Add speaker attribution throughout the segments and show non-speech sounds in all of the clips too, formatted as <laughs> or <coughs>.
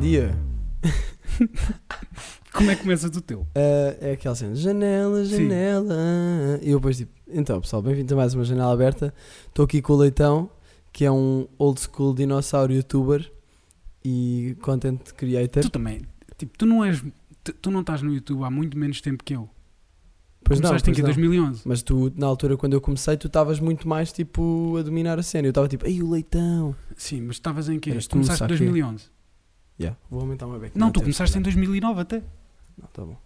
Speaker 1: dia.
Speaker 2: Como é que começas o teu?
Speaker 1: Ah, é aquela cena, janela,
Speaker 2: Sim.
Speaker 1: janela. ah, ah. E eu depois tipo, então pessoal, bem-vindos a mais uma janela aberta. Estou aqui com o Leitão, que é um old school dinossauro youtuber e content creator.
Speaker 2: Tu também. Tipo, tu não és. Tu, tu não estás no YouTube há muito menos tempo que eu.
Speaker 1: Pois não,
Speaker 2: Começaste em
Speaker 1: pois
Speaker 2: que?
Speaker 1: não.
Speaker 2: 2011.
Speaker 1: Mas tu, na altura, quando eu comecei, tu estavas muito mais tipo a dominar a cena. Eu estava tipo, ei, o leitão.
Speaker 2: Sim, mas estavas em quê?
Speaker 1: Eras tu,
Speaker 2: começaste em
Speaker 1: saquei.
Speaker 2: 2011.
Speaker 1: Yeah, vou aumentar uma beca.
Speaker 2: Não, tu
Speaker 1: temos,
Speaker 2: começaste em
Speaker 1: não.
Speaker 2: 2009 até.
Speaker 1: Não, tá bom.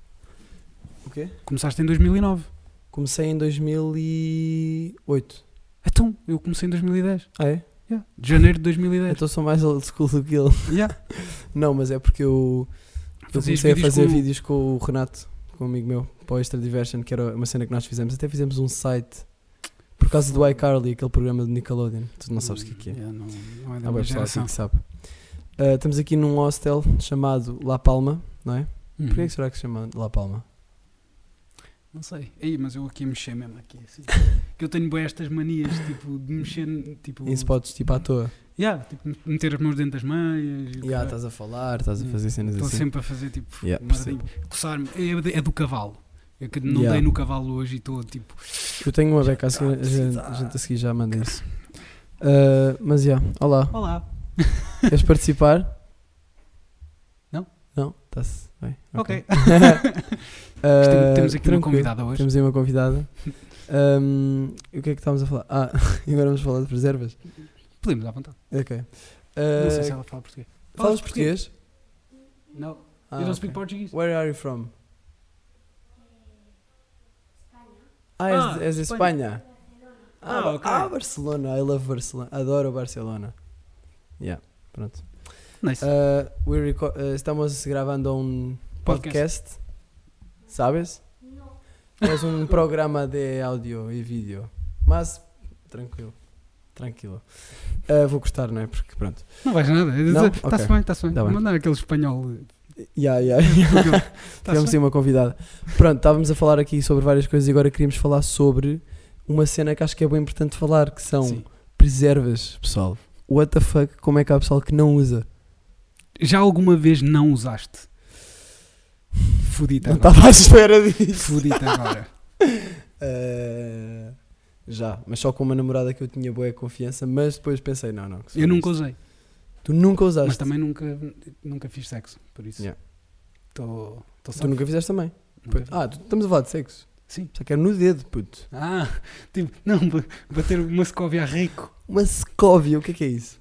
Speaker 2: Começaste em 2009.
Speaker 1: Comecei em 2008.
Speaker 2: Então, eu comecei em 2010.
Speaker 1: Ah, é?
Speaker 2: Yeah. De janeiro de 2010.
Speaker 1: Então sou mais old school do que ele.
Speaker 2: Yeah.
Speaker 1: Não, mas é porque eu, eu
Speaker 2: Fazias
Speaker 1: comecei a
Speaker 2: vídeos
Speaker 1: fazer
Speaker 2: com-
Speaker 1: vídeos com o Renato, com um amigo meu, para o Extra Diversion, que era uma cena que nós fizemos. Até fizemos um site por causa do iCarly, aquele programa de Nickelodeon. Tu não sabes o que é que é.
Speaker 2: Yeah, não, não é da
Speaker 1: Há bem
Speaker 2: minha
Speaker 1: pessoal assim
Speaker 2: geração.
Speaker 1: que sabe. Ah, estamos aqui num hostel chamado La Palma, não é?
Speaker 2: Uhum.
Speaker 1: Porquê é que será que se chama La Palma?
Speaker 2: Não sei. Ei, mas eu aqui a mexer mesmo aqui.
Speaker 1: <laughs>
Speaker 2: Assim. que eu tenho bué estas manias, tipo, de mexer, tipo...
Speaker 1: Em spots tipo à toa.
Speaker 2: Yeah, tipo, meter as mãos dentro das meias. e o
Speaker 1: Yeah,
Speaker 2: caralho.
Speaker 1: estás a falar, estás a
Speaker 2: Yeah.
Speaker 1: fazer cenas
Speaker 2: Estou
Speaker 1: assim.
Speaker 2: Uhum. Hum, Então sempre a fazer tipo
Speaker 1: Yeah,
Speaker 2: merdinho. coçar-me. É, de- é do cavalo. Eu que não
Speaker 1: Yeah.
Speaker 2: dei no cavalo hoje e estou tipo.
Speaker 1: Eu tenho uma
Speaker 2: Já
Speaker 1: beca, a seguir, a
Speaker 2: está
Speaker 1: gente,
Speaker 2: a
Speaker 1: a gente a seguir já manda É isso. Ah, mas já, olá,
Speaker 2: Olá.
Speaker 1: queres participar?
Speaker 2: Não.
Speaker 1: Não? Está-se bem. <laughs>
Speaker 2: Ok. <laughs>
Speaker 1: Ah,
Speaker 2: Tem- Temos aqui uma
Speaker 1: tranquilo.
Speaker 2: convidada hoje.
Speaker 1: Temos aí uma
Speaker 2: <laughs>
Speaker 1: convidada. Ahm, e o que é que estávamos a falar? Ah, <laughs> e agora vamos falar de preservas?
Speaker 2: Podemos à vontade.
Speaker 1: Ok.
Speaker 2: Não
Speaker 1: Ah,
Speaker 2: sei se ela fala português.
Speaker 1: falas
Speaker 2: Falas
Speaker 1: português?
Speaker 2: Não.
Speaker 1: Ah,
Speaker 2: you don't
Speaker 1: ok.
Speaker 2: speak Portuguese?
Speaker 1: Where are you from? Ah, és,
Speaker 2: Ah,
Speaker 1: de- és de
Speaker 2: Espanha.
Speaker 1: Espanha. Ah,
Speaker 2: Ah, ok.
Speaker 1: ah, Barcelona. I love Barcelona. Adoro Barcelona. Yeah, pronto.
Speaker 2: Nice.
Speaker 1: Ah, we reco- ah, estamos gravando um podcast. Sabes? Não. És um programa de áudio e vídeo. Mas, tranquilo. Tranquilo. Ah, vou cortar, não é? Porque, pronto.
Speaker 2: Não vais nada.
Speaker 1: Não?
Speaker 2: Está-se
Speaker 1: Ok.
Speaker 2: bem, está-se bem.
Speaker 1: Tá bem.
Speaker 2: Mandar aquele espanhol.
Speaker 1: <laughs> Yeah, yeah, yeah. <laughs> Tivemos
Speaker 2: Está-se
Speaker 1: aí
Speaker 2: bem.
Speaker 1: uma convidada. Pronto, estávamos a falar aqui sobre várias coisas e agora queríamos falar sobre uma cena que acho que é bem importante falar, que são
Speaker 2: Sim.
Speaker 1: preservas, pessoal. What the fuck, como é que há pessoal que não usa?
Speaker 2: Já alguma vez não usaste? Fudita
Speaker 1: Não é?
Speaker 2: agora.
Speaker 1: estava à espera disso.
Speaker 2: Fudita
Speaker 1: <laughs>
Speaker 2: agora.
Speaker 1: Eh, já, mas só com uma namorada que eu tinha boa confiança, mas depois pensei, não, não. que se
Speaker 2: Eu
Speaker 1: foda
Speaker 2: nunca
Speaker 1: isto.
Speaker 2: usei.
Speaker 1: Tu nunca usaste.
Speaker 2: Mas também nunca, nunca fiz sexo. Por isso.
Speaker 1: Yeah.
Speaker 2: Estou.
Speaker 1: Tu nunca fizeste também. Ah, tu- estamos a falar de sexo.
Speaker 2: Sim.
Speaker 1: Só que era no dedo, puto.
Speaker 2: Ah, tipo, não, ba- bater uma Scovia rico.
Speaker 1: Uma Scovia, o que é que é isso?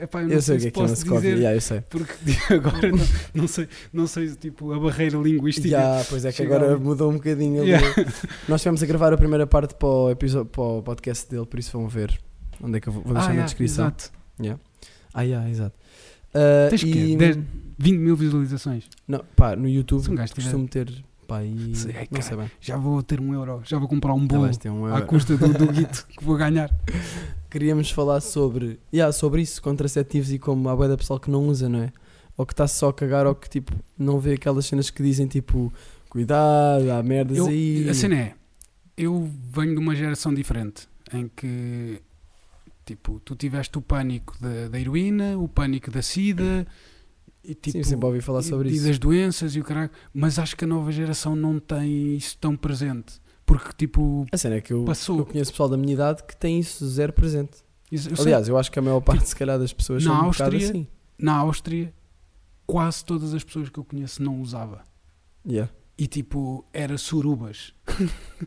Speaker 2: Epá, eu
Speaker 1: Eu,
Speaker 2: não
Speaker 1: sei
Speaker 2: sei,
Speaker 1: o que é
Speaker 2: se
Speaker 1: que é uma
Speaker 2: posso
Speaker 1: Scovia,
Speaker 2: dizer,
Speaker 1: yeah, eu sei.
Speaker 2: porque <laughs> agora não, não sei, não sei, tipo, a barreira linguística.
Speaker 1: Ya, pois é que
Speaker 2: Chega
Speaker 1: agora
Speaker 2: ali.
Speaker 1: mudou um bocadinho ali.
Speaker 2: Yeah.
Speaker 1: <laughs> Nós estivemos a gravar a primeira parte para o, episo- para o podcast dele, por isso vão ver onde é que eu vou, vou deixar na
Speaker 2: Ah, yeah,
Speaker 1: descrição.
Speaker 2: Exato.
Speaker 1: Ah, yeah, exato. Ah,
Speaker 2: Tens que
Speaker 1: e,
Speaker 2: 20 mil visualizações.
Speaker 1: não, pá, no YouTube
Speaker 2: Se um gajo tiver-
Speaker 1: costumo ter pá, aí,
Speaker 2: Sei, ai,
Speaker 1: não
Speaker 2: cara,
Speaker 1: sei bem.
Speaker 2: Já vou ter um euro, já vou comprar um
Speaker 1: Tá,
Speaker 2: bolo
Speaker 1: vais ter um
Speaker 2: à
Speaker 1: euro.
Speaker 2: custa do, do guito que vou ganhar.
Speaker 1: Queríamos falar sobre, yeah, sobre isso, contraceptivos e como há boa da pessoal que não usa, não é? Ou que está só a cagar ou que tipo não vê aquelas cenas que dizem tipo cuidado, há merdas
Speaker 2: Eu-
Speaker 1: aí.
Speaker 2: A cena é, eu venho de uma geração diferente em que tipo, tu tiveste o pânico da, da heroína, o pânico da SIDA e tipo.
Speaker 1: Sim, é sempre ouvi falar
Speaker 2: e-
Speaker 1: sobre
Speaker 2: e
Speaker 1: isso.
Speaker 2: das doenças e o caralho, mas acho que a nova geração não tem isso tão presente. Porque, tipo,
Speaker 1: A cena é que eu,
Speaker 2: passou.
Speaker 1: eu conheço pessoal da minha idade que tem isso zero presente.
Speaker 2: isso- eu sei, Tipo,
Speaker 1: Aliás, eu acho que a maior parte, se calhar, das pessoas
Speaker 2: na
Speaker 1: são um bocado
Speaker 2: Áustria-
Speaker 1: assim.
Speaker 2: na Áustria, quase todas as pessoas que eu conheço não usava.
Speaker 1: Yeah.
Speaker 2: E, tipo, era surubas,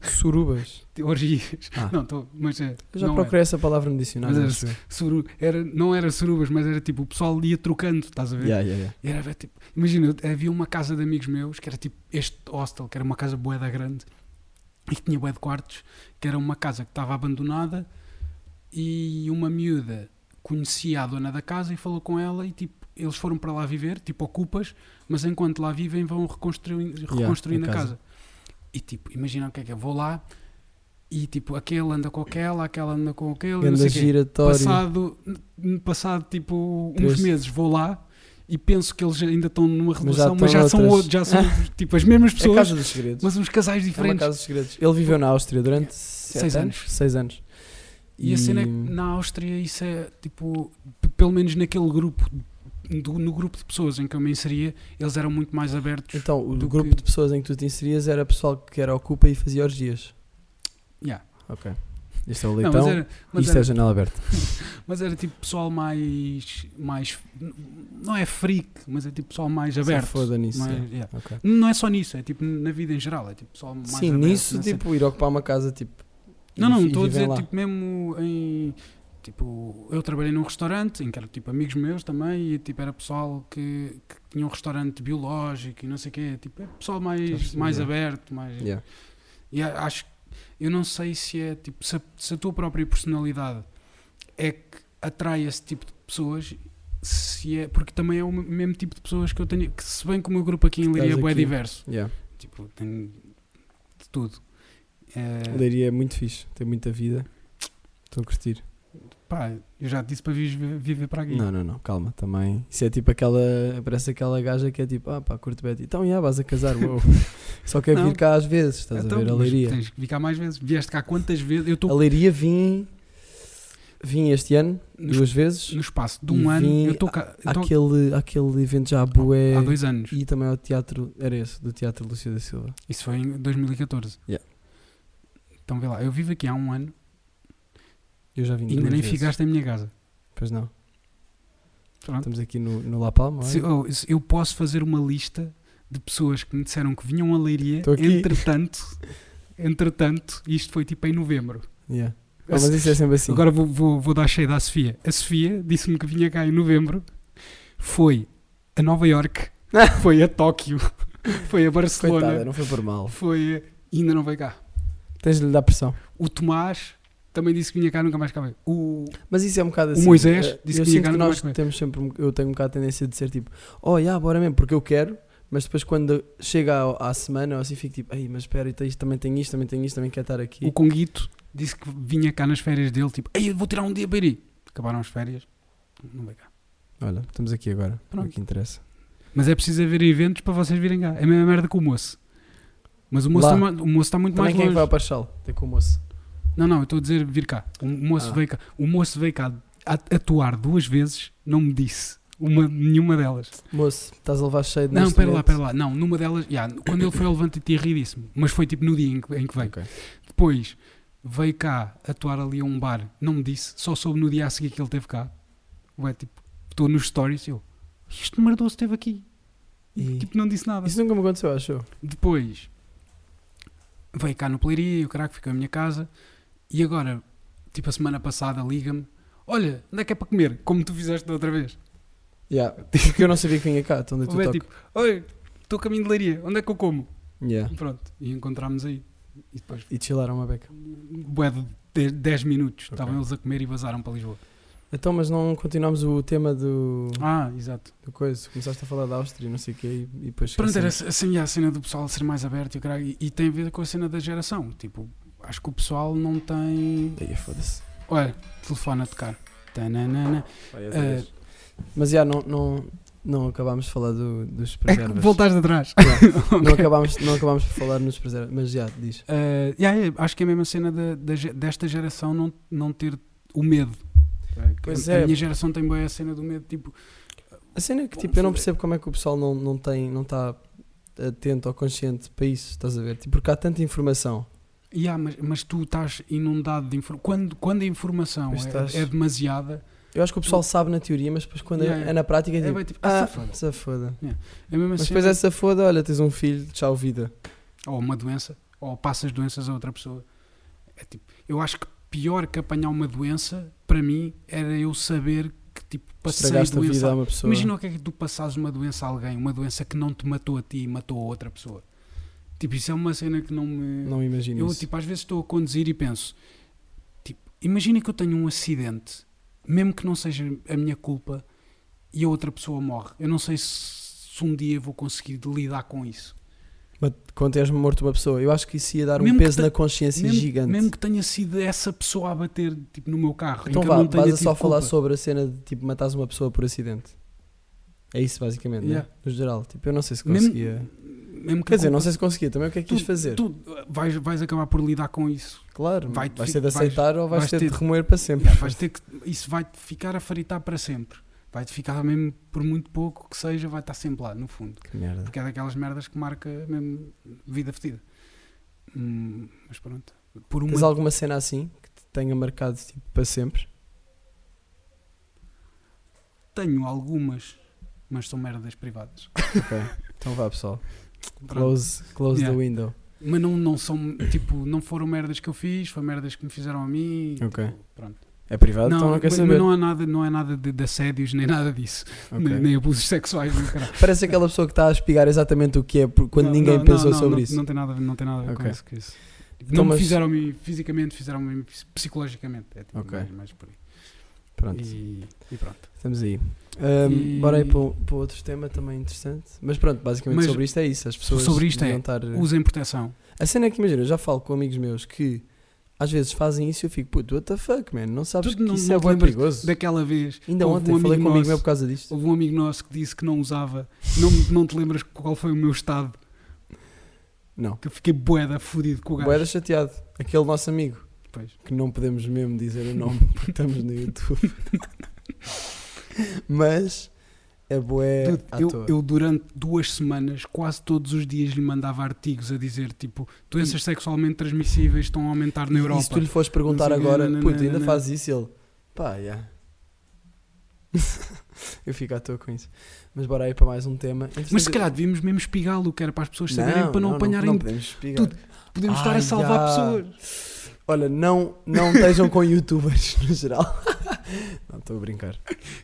Speaker 1: Surubas.
Speaker 2: orgias.
Speaker 1: Ah.
Speaker 2: tipo, Não, tô, mas é,
Speaker 1: Eu já
Speaker 2: não
Speaker 1: procurei essa palavra no dicionário.
Speaker 2: Mas é assim,
Speaker 1: acho eu.
Speaker 2: Era, suru, era- não era surubas, mas era tipo, o pessoal ia trocando, estás a ver?
Speaker 1: Yeah, yeah, yeah.
Speaker 2: Era, era, tipo, imagina, eu- havia uma casa de amigos meus que era tipo este hostel, que era uma casa boeda grande e que tinha bué de quartos, que era uma casa que estava abandonada e uma miúda conhecia a dona da casa e falou com ela e tipo, eles foram para lá viver, tipo ocupas, mas enquanto lá vivem vão reconstruindo, reconstruindo
Speaker 1: a
Speaker 2: a
Speaker 1: casa.
Speaker 2: casa. E tipo, imagina o que é que é, vou lá e tipo, aquele anda com aquela, aquela anda com aquele, não
Speaker 1: Ganda
Speaker 2: sei o quê
Speaker 1: giratório.
Speaker 2: passado, n- passado tipo uns
Speaker 1: Três.
Speaker 2: meses vou lá e penso que eles ainda estão numa
Speaker 1: Mas já
Speaker 2: relação, mas já,
Speaker 1: estão
Speaker 2: são
Speaker 1: noutras.
Speaker 2: outros, já são
Speaker 1: <laughs>
Speaker 2: tipo as mesmas
Speaker 1: É a
Speaker 2: pessoas,
Speaker 1: Casa dos Segredos.
Speaker 2: mas uns casais
Speaker 1: É uma
Speaker 2: diferentes.
Speaker 1: Casa dos Segredos. Ele viveu na Áustria durante seis anos.
Speaker 2: anos.
Speaker 1: Seis anos.
Speaker 2: é e a cena é que na Áustria isso é tipo, p- pelo menos naquele grupo do- no grupo de pessoas em que eu me inseria, eles eram muito mais abertos.
Speaker 1: Então, o
Speaker 2: Do
Speaker 1: grupo
Speaker 2: que-
Speaker 1: de pessoas em que tu te inserias era pessoal que era ocupa e fazia orgias.
Speaker 2: Yeah.
Speaker 1: Ok. Isto é o
Speaker 2: Não,
Speaker 1: leitão,
Speaker 2: mas era, mas
Speaker 1: isto é
Speaker 2: era-
Speaker 1: a janela aberta.
Speaker 2: mas era tipo pessoal mais, mais. Não é freak, mas é tipo pessoal mais
Speaker 1: Se
Speaker 2: aberto.
Speaker 1: Foda nisso.
Speaker 2: mais-
Speaker 1: é.
Speaker 2: yeah.
Speaker 1: Ok.
Speaker 2: Não é só nisso, é tipo na vida em geral. É tipo pessoal mais
Speaker 1: Sim,
Speaker 2: aberto,
Speaker 1: nisso,
Speaker 2: não sei.
Speaker 1: tipo, ir ocupar uma casa, tipo.
Speaker 2: Não,
Speaker 1: e
Speaker 2: não,
Speaker 1: vi-
Speaker 2: estou a
Speaker 1: e vivem
Speaker 2: dizer
Speaker 1: lá.
Speaker 2: tipo mesmo em. Tipo, eu trabalhei num restaurante em que eram tipo amigos meus também e tipo era pessoal que, que tinha um restaurante biológico e não sei o quê. Tipo, é pessoal
Speaker 1: Já
Speaker 2: mais,
Speaker 1: percebi,
Speaker 2: mais
Speaker 1: já.
Speaker 2: aberto, mais.
Speaker 1: Yeah.
Speaker 2: E a- acho eu não sei se é tipo se a, se a tua própria personalidade é que atrai esse tipo de pessoas, se é porque também é o me- mesmo tipo de pessoas que eu tenho, que se bem que o meu grupo aqui em
Speaker 1: Estás
Speaker 2: Leiria é bué
Speaker 1: aqui.
Speaker 2: diverso,
Speaker 1: Yeah.
Speaker 2: tipo, tem de tudo. É,
Speaker 1: Leiria é muito fixe, tem muita vida. Estou a curtir.
Speaker 2: pá, eu já te disse para vires vi- viver para aqui.
Speaker 1: Não, não, não, calma, também. Isso é tipo aquela. Parece aquela gaja que é tipo, ah pá, curto Betty. Então, já vas a casar,
Speaker 2: <laughs>
Speaker 1: uou. Só quer
Speaker 2: Não.
Speaker 1: vir cá às vezes, estás
Speaker 2: Então,
Speaker 1: a ver a
Speaker 2: mas
Speaker 1: leiria.
Speaker 2: Tens que vir cá mais vezes. Vieste cá quantas vezes? Eu
Speaker 1: A
Speaker 2: estou
Speaker 1: leiria vim. Vim este ano,
Speaker 2: Nos-
Speaker 1: duas vezes.
Speaker 2: no espaço de
Speaker 1: E
Speaker 2: um ano,
Speaker 1: vim
Speaker 2: eu estou cá eu tô-
Speaker 1: Aquele, aquele evento já a bué.
Speaker 2: então- há dois anos.
Speaker 1: E também ao teatro, era esse, do Teatro Lúcia da Silva.
Speaker 2: Isso foi em 2014.
Speaker 1: Yeah.
Speaker 2: Então vê lá, eu vivo aqui há um ano
Speaker 1: Eu já vim
Speaker 2: e ainda
Speaker 1: duas
Speaker 2: nem
Speaker 1: vezes.
Speaker 2: ficaste em minha casa.
Speaker 1: Pois não.
Speaker 2: Pronto.
Speaker 1: Estamos aqui no, no La Palma. é?
Speaker 2: Se-
Speaker 1: olha.
Speaker 2: oh, se- eu posso fazer uma lista de pessoas que me disseram que vinham a Leiria,
Speaker 1: Tô aqui.
Speaker 2: entretanto, entretanto, isto foi tipo em novembro.
Speaker 1: Yeah. Ah, mas isso é sempre assim.
Speaker 2: Agora vou, vou, vou dar cheio da Sofia. A Sofia disse-me que vinha cá em novembro, foi a
Speaker 1: <laughs>
Speaker 2: Nova York, foi a Tóquio, <laughs> foi a Barcelona,
Speaker 1: Coitada, não foi por mal.
Speaker 2: foi a... e ainda não veio cá.
Speaker 1: Tens de lhe dar pressão.
Speaker 2: O Tomás também disse que vinha cá, nunca mais cá veio. O,
Speaker 1: Mas isso é um bocado
Speaker 2: O
Speaker 1: assim.
Speaker 2: Moisés
Speaker 1: eh,
Speaker 2: disse
Speaker 1: eu
Speaker 2: que ia
Speaker 1: sinto que
Speaker 2: ganhar nunca
Speaker 1: nós
Speaker 2: mais comer.
Speaker 1: temos sempre. um- Eu tenho um bocado a tendência de ser tipo, oh, yeah, bora mesmo, porque eu quero. Mas depois quando chega à, à semana, eu assim fico tipo, ei, mas espera, isto também tem isto, também tem isto, também quer estar aqui.
Speaker 2: O Conguito disse que vinha cá nas férias dele, tipo, ei, eu vou tirar um dia para ir. aí." Acabaram as férias, não vai cá.
Speaker 1: Olha, estamos aqui agora.
Speaker 2: Pronto.
Speaker 1: O que interessa.
Speaker 2: Mas é preciso haver eventos para vocês virem cá. É a mesma merda que o moço. Mas o moço
Speaker 1: Lá.
Speaker 2: está ma- o moço está muito
Speaker 1: Também
Speaker 2: mais
Speaker 1: quem é que
Speaker 2: longe.
Speaker 1: vai ao Parchal? Tem com o moço.
Speaker 2: Não, não, eu estou a dizer vir cá. O moço
Speaker 1: Ah.
Speaker 2: veio cá. O moço veio cá a atuar duas vezes, não me disse. Uma, nenhuma delas.
Speaker 1: Moço, estás a levar cheio de
Speaker 2: não,
Speaker 1: neste
Speaker 2: espera lá,
Speaker 1: momento.
Speaker 2: espera lá. Não, numa delas, já, quando ele foi ao Levante Tirri disse-me. Mas foi tipo no dia em que, em que veio.
Speaker 1: Ok.
Speaker 2: Depois veio cá atuar ali a um bar, não me disse, só soube no dia a seguir que ele esteve cá. Ué, tipo, estou nos stories e eu, este número 12 esteve aqui. E,
Speaker 1: E-
Speaker 2: tipo, não disse nada.
Speaker 1: Isso nunca me aconteceu, acho eu.
Speaker 2: Depois veio cá no Pleiria, o caraca ficou em minha casa. E agora, tipo, a semana passada liga-me: Olha, onde é que é para comer? Como tu fizeste da outra vez.
Speaker 1: <laughs> Yeah. Tipo, Porque eu não sabia é que vinha cá, então onde tu
Speaker 2: Ué,
Speaker 1: toco.
Speaker 2: tipo, Oi, estou a caminho de Leiria, onde é que eu como?
Speaker 1: Yeah.
Speaker 2: Pronto, e encontramos aí. E depois,
Speaker 1: E chilaram uma beca.
Speaker 2: bué de 10 minutos,
Speaker 1: Ok.
Speaker 2: estavam eles a comer e vazaram para Lisboa.
Speaker 1: Então, mas não continuamos o tema do,
Speaker 2: Ah, exato.
Speaker 1: do coisa. Começaste a falar da Áustria e não sei o quê e, e depois
Speaker 2: Pronto, era
Speaker 1: esquecemos.
Speaker 2: assim, a cena do pessoal ser mais aberto e, o caralho, e, e tem a ver com a cena da geração. Tipo, acho que o pessoal não tem.
Speaker 1: Aí, é foda-se.
Speaker 2: Olha, telefone a tocar. Tananana. Eh,
Speaker 1: Mas já não, não, não acabámos de falar do- dos
Speaker 2: É que
Speaker 1: preservas.
Speaker 2: voltaste atrás. <laughs>
Speaker 1: Já. não,
Speaker 2: Ok.
Speaker 1: acabámos, não acabámos de falar nos preservas. Mas já, diz.
Speaker 2: Eh, yeah, yeah, acho que é a mesma cena da- da ge- desta geração não, não ter o medo.
Speaker 1: Pois
Speaker 2: a, a
Speaker 1: é.
Speaker 2: minha geração tem bem a cena do medo. Tipo,
Speaker 1: A cena é que tipo,
Speaker 2: Vamos
Speaker 1: eu não
Speaker 2: fazer.
Speaker 1: percebo como é que o pessoal não, não tem, não está atento ou consciente para isso, estás a ver? Tipo, porque há tanta informação.
Speaker 2: yeah, mas, mas tu estás inundado de informação. Quando, quando a informação é,
Speaker 1: Pois estás-
Speaker 2: é demasiada,
Speaker 1: Eu acho que o pessoal sabe na teoria, mas depois quando é-
Speaker 2: Hum. Yeah,
Speaker 1: é,
Speaker 2: yeah.
Speaker 1: na prática é
Speaker 2: é
Speaker 1: tipo,
Speaker 2: bem tipo.
Speaker 1: ah,
Speaker 2: Ah, safa.
Speaker 1: se foda.
Speaker 2: É a mesma
Speaker 1: Mas
Speaker 2: cena.
Speaker 1: depois essa foda, olha, tens um filho, tchau vida.
Speaker 2: ou uma doença, ou passas doenças a outra pessoa. É tipo, eu acho que pior que apanhar uma doença, para mim, era eu saber que tipo, passei
Speaker 1: Estragaste a vida
Speaker 2: doença.
Speaker 1: a
Speaker 2: A...
Speaker 1: uma pessoa.
Speaker 2: Imagina o que é que tu passares uma doença a alguém, uma doença que não te matou a ti e matou a outra pessoa. Tipo, isso é uma cena que não me.
Speaker 1: Não imagino
Speaker 2: eu,
Speaker 1: isso.
Speaker 2: tipo, às vezes estou a conduzir e penso, tipo, imagina que eu tenho um acidente, mesmo que não seja a minha culpa, e a outra pessoa morre. Eu não sei se, se um dia eu vou conseguir lidar com isso.
Speaker 1: Mas quando tens morto uma pessoa, eu acho que isso ia dar um
Speaker 2: Mesmo que
Speaker 1: peso
Speaker 2: te-
Speaker 1: na consciência
Speaker 2: mesmo,
Speaker 1: gigante.
Speaker 2: mesmo que tenha sido essa pessoa a bater tipo, no meu carro.
Speaker 1: Então
Speaker 2: em que
Speaker 1: vá,
Speaker 2: eu não tenha
Speaker 1: vais a
Speaker 2: tido
Speaker 1: só falar
Speaker 2: culpa.
Speaker 1: sobre a cena de tipo matares uma pessoa por acidente. É isso basicamente,
Speaker 2: Yeah.
Speaker 1: né? no geral. Tipo, eu não sei se
Speaker 2: Mesmo-
Speaker 1: conseguia.
Speaker 2: Mesmo que
Speaker 1: Quer
Speaker 2: a
Speaker 1: dizer, não
Speaker 2: culpa-
Speaker 1: sei se conseguia também o que é que quis fazer.
Speaker 2: Tu uh, vais, vais acabar por lidar com isso.
Speaker 1: claro,
Speaker 2: vai-
Speaker 1: vais
Speaker 2: fi-
Speaker 1: ter de aceitar ou vais,
Speaker 2: vais
Speaker 1: ter de
Speaker 2: ter-
Speaker 1: remoer para sempre.
Speaker 2: Yeah, vais ter que, isso vai te ficar a faritar para sempre. Vai ficar mesmo por muito pouco que seja, vai estar sempre lá, no fundo.
Speaker 1: Que merda.
Speaker 2: Porque é daquelas merdas que marca mesmo vida fedida. Hum, mas pronto. Por
Speaker 1: Tens
Speaker 2: uma.
Speaker 1: alguma cena assim que te tenha marcado tipo, para
Speaker 2: <laughs>
Speaker 1: sempre?
Speaker 2: Tenho algumas, mas são
Speaker 1: <laughs>
Speaker 2: merdas privadas.
Speaker 1: Ok. Então vá pessoal.
Speaker 2: Pronto.
Speaker 1: Close, close
Speaker 2: Yeah.
Speaker 1: the window.
Speaker 2: Mas não, não são, tipo, não foram merdas que eu fiz, foi merdas que me fizeram a mim.
Speaker 1: Ok.
Speaker 2: tipo, pronto.
Speaker 1: É privado? então não
Speaker 2: mas-
Speaker 1: quer
Speaker 2: mas
Speaker 1: saber.
Speaker 2: não é nada, não é nada de, de assédios, nem nada disso.
Speaker 1: Ok.
Speaker 2: Nem, nem abusos sexuais, nem caralho.
Speaker 1: Parece aquela pessoa que está a explicar exatamente o que é por- quando
Speaker 2: Não,
Speaker 1: ninguém
Speaker 2: não,
Speaker 1: pensou
Speaker 2: não,
Speaker 1: sobre
Speaker 2: não,
Speaker 1: isso.
Speaker 2: Não tem nada a ver, não tem nada a ver com
Speaker 1: Ok.
Speaker 2: isso. Com isso.
Speaker 1: Então,
Speaker 2: não me
Speaker 1: mas-
Speaker 2: fizeram-me fisicamente, fizeram-me ps- psicologicamente. É tipo
Speaker 1: Ok.
Speaker 2: mais, mais por aí.
Speaker 1: Pronto,
Speaker 2: E, e pronto.
Speaker 1: estamos aí. Ahm,
Speaker 2: E-
Speaker 1: Bora aí para, o- para outro tema também interessante. Mas pronto, basicamente
Speaker 2: Mas
Speaker 1: sobre isto é isso. As pessoas
Speaker 2: sobre isto é,
Speaker 1: deviam estar-
Speaker 2: Usem proteção.
Speaker 1: A cena é que imagina, eu já falo com amigos meus que às vezes fazem isso e eu fico, puto, what the fuck, man? Não sabes
Speaker 2: Tu
Speaker 1: que
Speaker 2: não-
Speaker 1: isso
Speaker 2: não
Speaker 1: é
Speaker 2: te
Speaker 1: bem
Speaker 2: lembras
Speaker 1: perigoso.
Speaker 2: Daquela vez.
Speaker 1: Ainda
Speaker 2: houve
Speaker 1: ontem
Speaker 2: um
Speaker 1: falei
Speaker 2: amigo
Speaker 1: com um amigo meu
Speaker 2: nosso-
Speaker 1: por causa disto.
Speaker 2: Houve um amigo nosso que disse que não usava. Não, não te lembras qual foi o meu estado?
Speaker 1: Não.
Speaker 2: Que eu fiquei boeda fudido com o gajo.
Speaker 1: Boeda chateado. Aquele nosso amigo,
Speaker 2: Pois.
Speaker 1: que não podemos mesmo dizer o nome <laughs> porque estamos no
Speaker 2: <laughs>
Speaker 1: YouTube. Mas é boé
Speaker 2: Dude,
Speaker 1: à toa.
Speaker 2: eu, eu durante duas semanas, quase todos os dias, lhe mandava artigos a dizer tipo doenças sexualmente transmissíveis estão a aumentar na Europa.
Speaker 1: E se Hum. tu lhe fores perguntar
Speaker 2: Não sei o quê,
Speaker 1: agora,
Speaker 2: não, não,
Speaker 1: puto,
Speaker 2: não,
Speaker 1: ainda
Speaker 2: não.
Speaker 1: faz isso? Ele, pá, já. <laughs> eu fico à toa com isso. Mas bora aí para mais um tema.
Speaker 2: Mas se calhar devíamos mesmo espigá-lo, que era para as pessoas saberem para não, apanharem.
Speaker 1: Não podemos espigar.
Speaker 2: tudo. Podemos estar
Speaker 1: Ah,
Speaker 2: a salvar
Speaker 1: já.
Speaker 2: pessoas.
Speaker 1: Olha, não, não estejam com <laughs> youtubers no geral. <laughs> não, estou a brincar.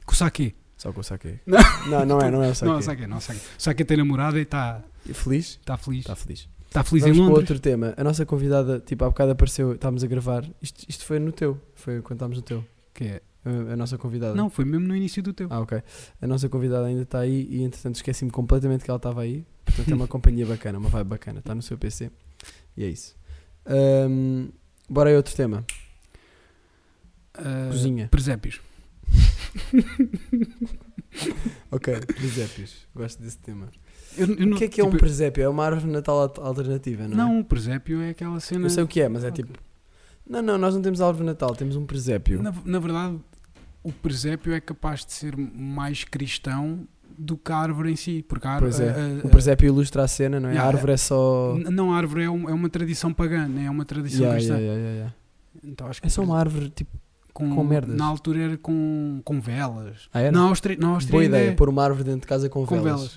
Speaker 2: Com o Saque.
Speaker 1: Só com o saque.
Speaker 2: <laughs> Não.
Speaker 1: não, não é, não é o saque.
Speaker 2: Não, o Saque, não, o Saque. O Saque tem namorada e está
Speaker 1: E Feliz?
Speaker 2: está feliz.
Speaker 1: Está feliz.
Speaker 2: Está feliz
Speaker 1: Tá. Vamos
Speaker 2: em
Speaker 1: para
Speaker 2: Londres.
Speaker 1: outro tema. A nossa convidada, tipo, há bocado apareceu, estávamos a gravar. Isto, isto foi no teu. Foi quando estávamos no teu.
Speaker 2: Que é-
Speaker 1: A, a nossa convidada.
Speaker 2: Não, foi mesmo no início do teu.
Speaker 1: Ah, ok. A nossa convidada ainda está aí e entretanto esqueci-me completamente que ela estava aí. Portanto, é
Speaker 2: <laughs>
Speaker 1: uma companhia bacana, uma vibe bacana. Está no seu PC. E é isso. Ahm, bora aí outro tema.
Speaker 2: Ah,
Speaker 1: Cozinha.
Speaker 2: Presépios.
Speaker 1: Ok, <coughs> presépios. Gosto desse tema.
Speaker 2: Eu- eu
Speaker 1: O
Speaker 2: não-
Speaker 1: que é que é um
Speaker 2: tipo,
Speaker 1: presépio? É uma árvore de natal al- alternativa, não é?
Speaker 2: Não, um presépio é aquela cena.
Speaker 1: Eu sei o que é, mas é
Speaker 2: Ok.
Speaker 1: tipo... Não, não, nós não temos árvore de natal, temos um presépio.
Speaker 2: Na, na verdade, o presépio é capaz de ser mais cristão do que a árvore em si, porque a árvore.
Speaker 1: Pois é.
Speaker 2: a- a-
Speaker 1: O presépio ilustra a cena, não é?
Speaker 2: eh, Yeah,
Speaker 1: a árvore é só...
Speaker 2: n- Não, a árvore é, um- é uma tradição pagã, nem é uma tradição
Speaker 1: Yeah,
Speaker 2: cristã.
Speaker 1: yeah, yeah, yeah, yeah.
Speaker 2: Então, acho que
Speaker 1: É só
Speaker 2: o
Speaker 1: uma árvore, tipo...
Speaker 2: presépio
Speaker 1: com merdas.
Speaker 2: Na altura era com, com velas.
Speaker 1: Ah, era?
Speaker 2: Na Áustria, na Áustria
Speaker 1: Boa
Speaker 2: ainda
Speaker 1: ideia,
Speaker 2: é
Speaker 1: né? pôr uma árvore dentro de casa com,
Speaker 2: com velas.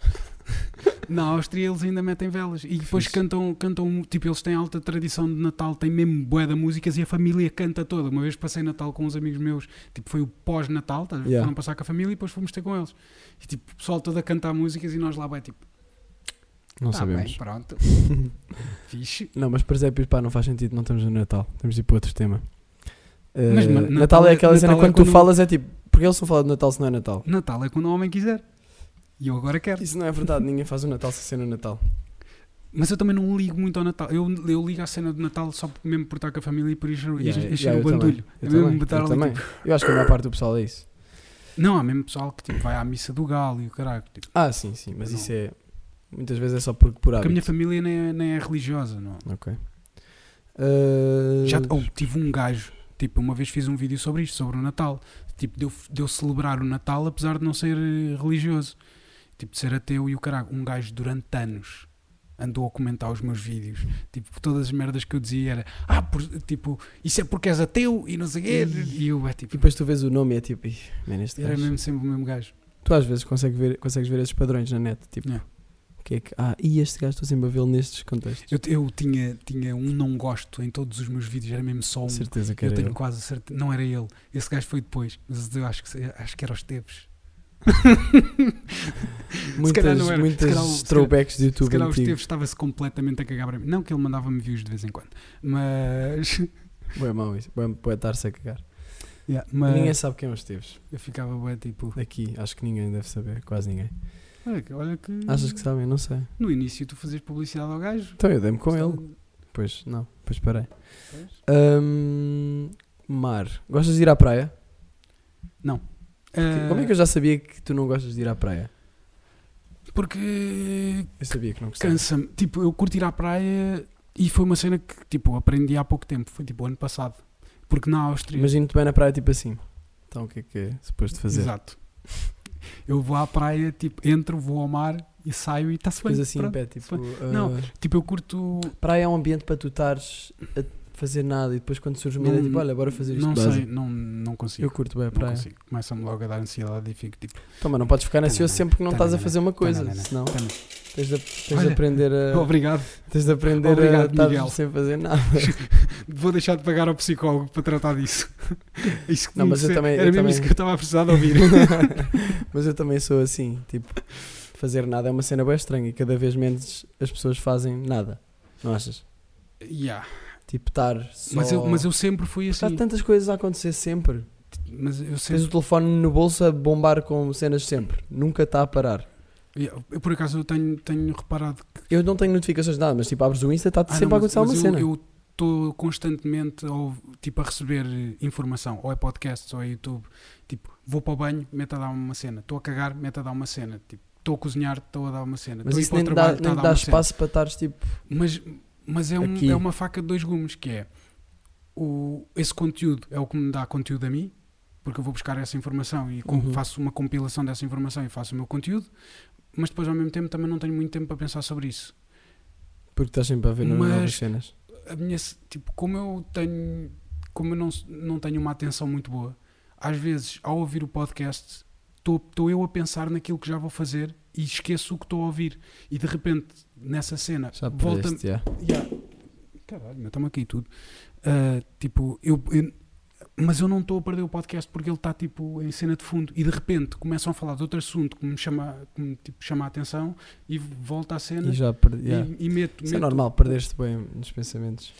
Speaker 2: <laughs> na Áustria eles ainda metem velas e depois
Speaker 1: fixe.
Speaker 2: cantam, cantam, tipo, eles têm alta tradição de Natal, têm mesmo bué de músicas e a família canta toda. Uma vez passei Natal com uns amigos meus, tipo, foi o pós-Natal, tá?
Speaker 1: Yeah.
Speaker 2: foram passar com a família e depois fomos ter com eles. E tipo, o pessoal todo a cantar músicas e nós lá bué, tipo,
Speaker 1: Não
Speaker 2: tá
Speaker 1: sabemos.
Speaker 2: bem, pronto. <laughs> Fixe.
Speaker 1: Não, mas presépios, pá, não faz sentido, não estamos no Natal. Temos de ir para outro tema. Eh,
Speaker 2: Mas, ma-
Speaker 1: Natal,
Speaker 2: Natal
Speaker 1: é
Speaker 2: é-
Speaker 1: aquela cena
Speaker 2: Natal é
Speaker 1: quando, tu
Speaker 2: quando-
Speaker 1: falas é tipo, porque eles estão a falar de Natal se não é Natal?
Speaker 2: Natal é quando o homem quiser. E eu agora quero.
Speaker 1: Isso não é verdade, ninguém faz o Natal sem ser no Natal.
Speaker 2: Mas eu também não ligo muito ao Natal. Eu, eu ligo à cena do Natal só por- mesmo por estar com a família e por encher
Speaker 1: Yeah,
Speaker 2: encher-
Speaker 1: yeah,
Speaker 2: encher
Speaker 1: eu
Speaker 2: o bandulho.
Speaker 1: Eu
Speaker 2: é mesmo
Speaker 1: também,
Speaker 2: botar
Speaker 1: eu,
Speaker 2: ali,
Speaker 1: também.
Speaker 2: tipo-
Speaker 1: eu acho que a maior parte do pessoal é isso.
Speaker 2: Não, há mesmo pessoal que tipo, vai à missa do galo e o caralho. Tipo,
Speaker 1: Ah, sim, sim, mas
Speaker 2: Não.
Speaker 1: isso é. Muitas vezes é só por, por
Speaker 2: porque a
Speaker 1: hábito.
Speaker 2: minha família nem é, nem é religiosa, não.
Speaker 1: Eh,
Speaker 2: Já, ou tive um gajo, tipo, uma vez fiz um vídeo sobre isto, sobre o Natal. Tipo, de eu, de eu celebrar o Natal apesar de não ser eh, religioso. Tipo, de ser ateu e o caralho. Um gajo durante anos andou a comentar os meus vídeos. Tipo, todas as merdas que eu dizia era ah, por- tipo, isso é porque és ateu e não sei o quê. E eu, é
Speaker 1: E
Speaker 2: tipo,
Speaker 1: depois tu vês o nome e é tipo, "Ih, man, este
Speaker 2: era
Speaker 1: gajo."
Speaker 2: mesmo sempre o mesmo gajo.
Speaker 1: Tu às vezes consegues ver, consegues ver esses padrões na net, tipo,
Speaker 2: Yeah.
Speaker 1: o que é que. Ah, e este gajo estou sempre a vê-lo nestes contextos.
Speaker 2: Eu, eu tinha, tinha um não gosto em todos os meus vídeos, era mesmo só um.
Speaker 1: certeza que
Speaker 2: eu
Speaker 1: era
Speaker 2: tenho
Speaker 1: eu.
Speaker 2: quase certeza. Não era ele. Esse gajo foi depois. Mas eu acho que, acho que era os Teves.
Speaker 1: muitas,
Speaker 2: calhar não era.
Speaker 1: muitas
Speaker 2: Se calhar o- se calhar-
Speaker 1: throwbacks de
Speaker 2: <laughs> Se
Speaker 1: YouTube
Speaker 2: calhar os
Speaker 1: antigo.
Speaker 2: Teves estava-se completamente a cagar para mim. Não que ele mandava-me views de vez em quando. Mas. <laughs>
Speaker 1: Bué mau isso, bué, bué estar-se a cagar.
Speaker 2: Yeah, mas
Speaker 1: Ninguém sabe quem é os teves.
Speaker 2: eu ficava bem tipo.
Speaker 1: Aqui, acho que ninguém deve saber, quase ninguém.
Speaker 2: Olha que, olha que
Speaker 1: É. Achas que sabem? Não sei.
Speaker 2: no início tu fazias publicidade ao gajo.
Speaker 1: Então eu dei-me com ele.
Speaker 2: Gostava-
Speaker 1: Pois, não, pois parei.
Speaker 2: Pois.
Speaker 1: Hum, mar, gostas de ir à praia?
Speaker 2: Ah,
Speaker 1: Como é que eu já sabia que tu não gostas de ir à praia?
Speaker 2: Porque
Speaker 1: Eu sabia que não gostava.
Speaker 2: cansa-me. Tipo, eu curto ir à praia e foi uma cena que tipo, aprendi há pouco tempo. Foi tipo ano passado. Porque na Áustria.
Speaker 1: Imagino-te bem na praia, tipo assim. Então o que é que é suposto fazer?
Speaker 2: Exato. Eu vou à praia, tipo, entro, vou ao mar e saio e está-se bem.
Speaker 1: Coisa assim em
Speaker 2: pronto.
Speaker 1: pé, tipo.
Speaker 2: Não,
Speaker 1: ah,
Speaker 2: Tipo, eu curto.
Speaker 1: praia é um ambiente para tu estares a fazer nada e depois quando surge uma ideia,
Speaker 2: Não-
Speaker 1: tipo, olha, bora fazer isto.
Speaker 2: um Não
Speaker 1: Base.
Speaker 2: sei, não, não consigo.
Speaker 1: Eu curto bem a
Speaker 2: não
Speaker 1: praia.
Speaker 2: consigo. Começa-me logo a dar ansiedade e fico tipo.
Speaker 1: Então, mas não podes ficar ansioso
Speaker 2: Tananana,
Speaker 1: sempre que não estás a
Speaker 2: tananana,
Speaker 1: fazer uma coisa,
Speaker 2: tananana,
Speaker 1: senão
Speaker 2: tananana.
Speaker 1: tens de, tens de
Speaker 2: Olha,
Speaker 1: aprender a.
Speaker 2: <laughs> Obrigado.
Speaker 1: Tens de aprender a
Speaker 2: obrigado,
Speaker 1: estar
Speaker 2: Miguel.
Speaker 1: sem fazer
Speaker 2: <laughs>
Speaker 1: nada.
Speaker 2: Vou deixar de pagar ao psicólogo para tratar disso. <laughs> Isso que
Speaker 1: Não,
Speaker 2: me
Speaker 1: mas eu
Speaker 2: disser-
Speaker 1: também-
Speaker 2: Era
Speaker 1: eu
Speaker 2: mesmo
Speaker 1: também-
Speaker 2: isso que eu estava a precisar de ouvir.
Speaker 1: <laughs> Mas eu também sou assim, tipo, fazer nada é uma cena bem estranha e cada vez menos as pessoas fazem nada, não achas?
Speaker 2: Yeah.
Speaker 1: Tipo, estar só...
Speaker 2: Mas, eu, mas eu sempre fui
Speaker 1: Porque
Speaker 2: assim.
Speaker 1: Há tantas coisas a acontecer sempre.
Speaker 2: Mas eu
Speaker 1: Tens
Speaker 2: sempre.
Speaker 1: o telefone no bolso a bombar com cenas sempre. Nunca está a parar.
Speaker 2: Yeah, Eu, por acaso eu tenho, tenho reparado. que-
Speaker 1: Eu não tenho notificações de nada, mas tipo, abres o Insta, está
Speaker 2: Ah,
Speaker 1: sempre
Speaker 2: não,
Speaker 1: a acontecer alguma
Speaker 2: mas eu-
Speaker 1: cena.
Speaker 2: Eu estou constantemente ao- tipo, a receber eh, informação. Ou é podcasts ou é YouTube. Tipo, vou para o banho, mete a dar uma cena. Estou a cagar, mete a dar uma cena. Tipo, estou a cozinhar, estou a dar uma cena.
Speaker 1: mas
Speaker 2: estou a ir
Speaker 1: isso
Speaker 2: para o
Speaker 1: nem te dá, nem
Speaker 2: trabalho, tô a
Speaker 1: te
Speaker 2: dar
Speaker 1: dá
Speaker 2: uma cena.
Speaker 1: espaço para estares tipo.
Speaker 2: Mas, mas é, um-
Speaker 1: Aqui.
Speaker 2: é uma faca de dois gumes, que é o, esse conteúdo é o que me dá conteúdo a mim, porque eu vou buscar essa informação e com-
Speaker 1: Uhum.
Speaker 2: faço uma compilação dessa informação e faço o meu conteúdo, mas depois ao mesmo tempo também não tenho muito tempo para pensar sobre isso.
Speaker 1: Porque estás sempre a ver
Speaker 2: Mas-
Speaker 1: novas cenas.
Speaker 2: A minha, se- tipo, como eu tenho como eu não, s- não tenho uma atenção muito boa, às vezes ao ouvir o podcast estou eu a pensar naquilo que já vou fazer e esqueço o que estou a ouvir e de repente nessa cena
Speaker 1: Já
Speaker 2: volta-me
Speaker 1: perdeste, já.
Speaker 2: Yeah. Caralho, meu, está-me aqui tudo. Ah, tipo, eu, eu- Mas eu não estou a perder o podcast porque ele está tipo em cena de fundo e de repente começam a falar de outro assunto que me chama, que me, tipo, chama a atenção e volta à cena
Speaker 1: E
Speaker 2: e,
Speaker 1: já perdi. já.
Speaker 2: e meto.
Speaker 1: Isso é
Speaker 2: meto-
Speaker 1: normal, perdeste bem nos pensamentos.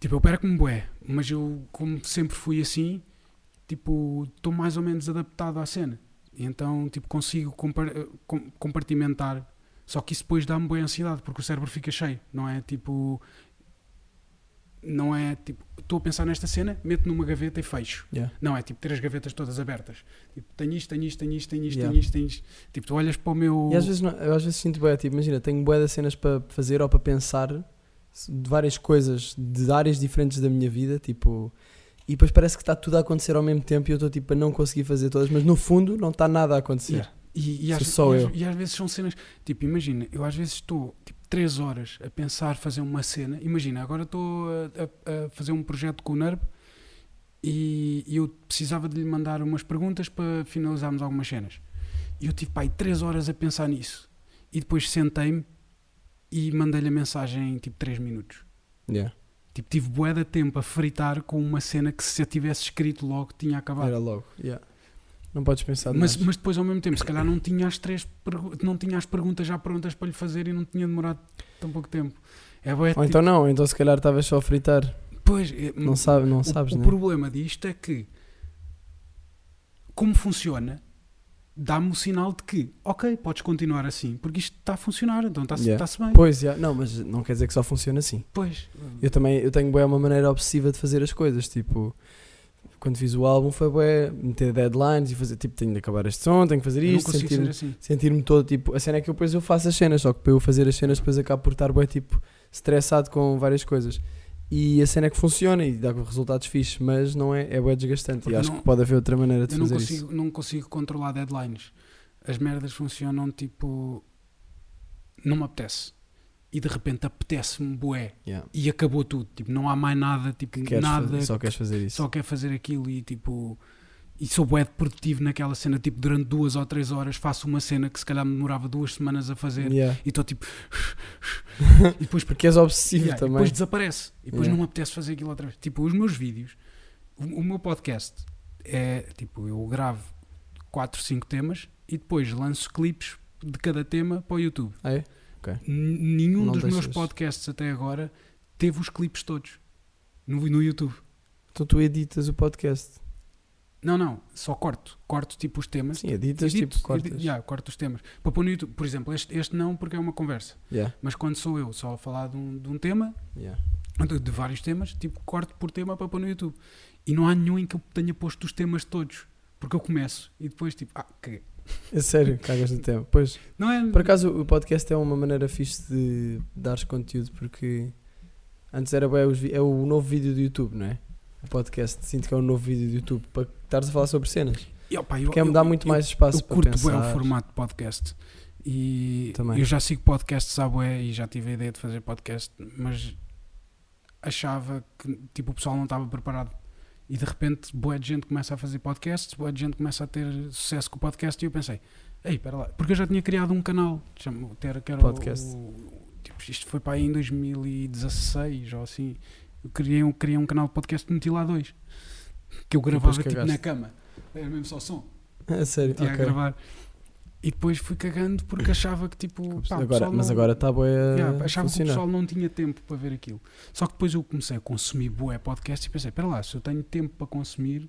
Speaker 2: Tipo, eu perco-me bué, mas eu, como sempre fui assim, tipo, estou mais ou menos adaptado à cena. E Então, tipo, consigo compar- com- compartimentar. Só que isso depois dá-me boa ansiedade, porque o cérebro fica cheio, não é? Tipo, não é tipo, estou a pensar nesta cena, meto numa gaveta e fecho.
Speaker 1: Yeah.
Speaker 2: Não é tipo ter as gavetas todas abertas. Tipo, tenho isto, tenho isto, tenho isto, tenho isto,
Speaker 1: Yeah.
Speaker 2: tenho isto, tenho isto. Tipo, tu olhas para o meu.
Speaker 1: E às vezes, não- eu às vezes sinto bué, tipo, imagina, tenho bué de cenas para fazer ou para pensar de várias coisas, de áreas diferentes da minha vida, tipo, e depois parece que está tudo a acontecer ao mesmo tempo e eu estou tipo a não conseguir fazer todas, mas no fundo não está nada a acontecer.
Speaker 2: Yeah. E, e às,
Speaker 1: Sou só
Speaker 2: e às-
Speaker 1: eu.
Speaker 2: e às vezes são cenas. Tipo, imagina, eu às vezes estou tipo 3 horas a pensar fazer uma cena. Imagina, agora estou a, a- a fazer um projeto com o NERB e, e eu precisava de lhe mandar umas perguntas para finalizarmos algumas cenas. E eu tive pai 3 horas a pensar nisso. E depois sentei-me e mandei-lhe a mensagem em tipo 3 minutos.
Speaker 1: Yeah.
Speaker 2: Tipo, tive bué de tempo a fritar com uma cena que se eu tivesse escrito logo tinha acabado.
Speaker 1: Era logo. yeah. Não podes pensar
Speaker 2: Mas,
Speaker 1: demais.
Speaker 2: mas depois ao mesmo tempo, se calhar não tinha as três pergu- não tinha as perguntas já prontas para lhe fazer e não tinha demorado tão pouco tempo. É
Speaker 1: Ou
Speaker 2: bué, tipo,
Speaker 1: então não, então se calhar estavas só a fritar.
Speaker 2: pois, é,
Speaker 1: Não, sabe, não
Speaker 2: o,
Speaker 1: sabes,
Speaker 2: o
Speaker 1: né?
Speaker 2: problema disto é que como funciona, dá-me o sinal de que, ok, podes continuar assim, porque isto está a funcionar, então está-se
Speaker 1: Yeah.
Speaker 2: está-se bem.
Speaker 1: Pois, yeah. não, mas não quer dizer que só funciona assim.
Speaker 2: Pois.
Speaker 1: Eu também eu tenho bué uma maneira obsessiva de fazer as coisas, tipo, quando fiz o álbum foi bué meter deadlines e fazer, tipo, tenho de acabar este som, tenho que fazer
Speaker 2: Eu não
Speaker 1: isto,
Speaker 2: consigo
Speaker 1: sentir-me
Speaker 2: ser assim.
Speaker 1: sentir-me todo, tipo, a cena é que eu depois eu faço as cenas, só que para eu fazer as cenas depois acabo por estar bué, tipo, estressado com várias coisas. E a cena é que funciona e dá resultados fixes, mas não é, é bué desgastante.
Speaker 2: Porque
Speaker 1: E
Speaker 2: eu
Speaker 1: acho
Speaker 2: não-
Speaker 1: que pode haver outra maneira de
Speaker 2: Eu não
Speaker 1: fazer isso.
Speaker 2: consigo, não consigo controlar deadlines. As merdas funcionam tipo. Não me apetece. E de repente apetece-me bué.
Speaker 1: Yeah.
Speaker 2: E acabou tudo. Tipo, não há mais nada. Tipo,
Speaker 1: Queres
Speaker 2: nada.
Speaker 1: fazer- só queres fazer isso.
Speaker 2: só quer fazer aquilo e tipo. E sou bué de produtivo naquela cena. Tipo, durante duas ou três horas faço uma cena que se calhar me demorava duas semanas a fazer.
Speaker 1: Yeah.
Speaker 2: E
Speaker 1: <laughs>
Speaker 2: estou tipo. e depois
Speaker 1: Porque és obsessivo
Speaker 2: Yeah, e
Speaker 1: também.
Speaker 2: depois desaparece. E depois
Speaker 1: Yeah.
Speaker 2: não me apetece fazer aquilo outra vez. Tipo, os meus vídeos, o, o meu podcast é tipo, eu gravo 4, 5 temas e depois lanço clipes de cada tema para o YouTube.
Speaker 1: Ah, é?
Speaker 2: N- nenhum
Speaker 1: Não
Speaker 2: dos meus
Speaker 1: deixas.
Speaker 2: podcasts até agora teve os clipes todos no, no YouTube.
Speaker 1: Então tu editas o podcast.
Speaker 2: Não, não, só corto. Corto tipo os temas.
Speaker 1: Sim, editas,
Speaker 2: Edito-
Speaker 1: tipo, cortas.
Speaker 2: edi- yeah, corto os temas. Para pôr no YouTube, por exemplo, este, este não porque é uma conversa.
Speaker 1: Yeah,
Speaker 2: Mas quando sou eu só a falar de um- de um tema,
Speaker 1: yeah.
Speaker 2: de, de vários temas, tipo, corto por tema para pôr no YouTube. E não há nenhum em que eu tenha posto os temas todos, porque eu começo e depois, tipo, ah, caguei.
Speaker 1: É sério, cagas no tempo. Pois,
Speaker 2: Não é?
Speaker 1: por acaso o podcast é uma maneira fixe de dares conteúdo porque antes era bué os vi- é o novo vídeo do YouTube, não é? O podcast, sinto que é um novo vídeo do YouTube para estares a falar sobre cenas.
Speaker 2: E, opa, eu,
Speaker 1: Porque me
Speaker 2: eu-
Speaker 1: dá
Speaker 2: eu-
Speaker 1: muito
Speaker 2: eu-
Speaker 1: mais espaço
Speaker 2: eu
Speaker 1: para
Speaker 2: curto
Speaker 1: pensar.
Speaker 2: bué o formato de podcast e
Speaker 1: Também.
Speaker 2: eu já sigo podcasts à bué e já tive a ideia de fazer podcast mas achava que tipo, o pessoal não estava preparado e de repente bué de gente começa a fazer podcasts bué de gente começa a ter sucesso com o podcast e eu pensei, ei, espera lá porque eu já tinha criado um canal chama, que era- que era o-
Speaker 1: Podcast.
Speaker 2: o- tipo, isto foi para aí em 2016 ou assim eu criei um, criei um canal de podcast meti lá dois que eu gravava tipo,
Speaker 1: cagaste.
Speaker 2: na cama era mesmo só som
Speaker 1: <laughs> É sério,
Speaker 2: tinha a
Speaker 1: ok.
Speaker 2: gravar. E depois fui cagando
Speaker 1: <laughs>
Speaker 2: porque achava que tipo. pá, o
Speaker 1: Agora,
Speaker 2: pessoal
Speaker 1: mas
Speaker 2: não-
Speaker 1: agora está boa
Speaker 2: Yeah,
Speaker 1: a
Speaker 2: achava que o
Speaker 1: funcionar.
Speaker 2: pessoal não tinha tempo para ver aquilo. Só que depois eu comecei a consumir bué podcast e pensei, espera lá, se eu tenho tempo para consumir,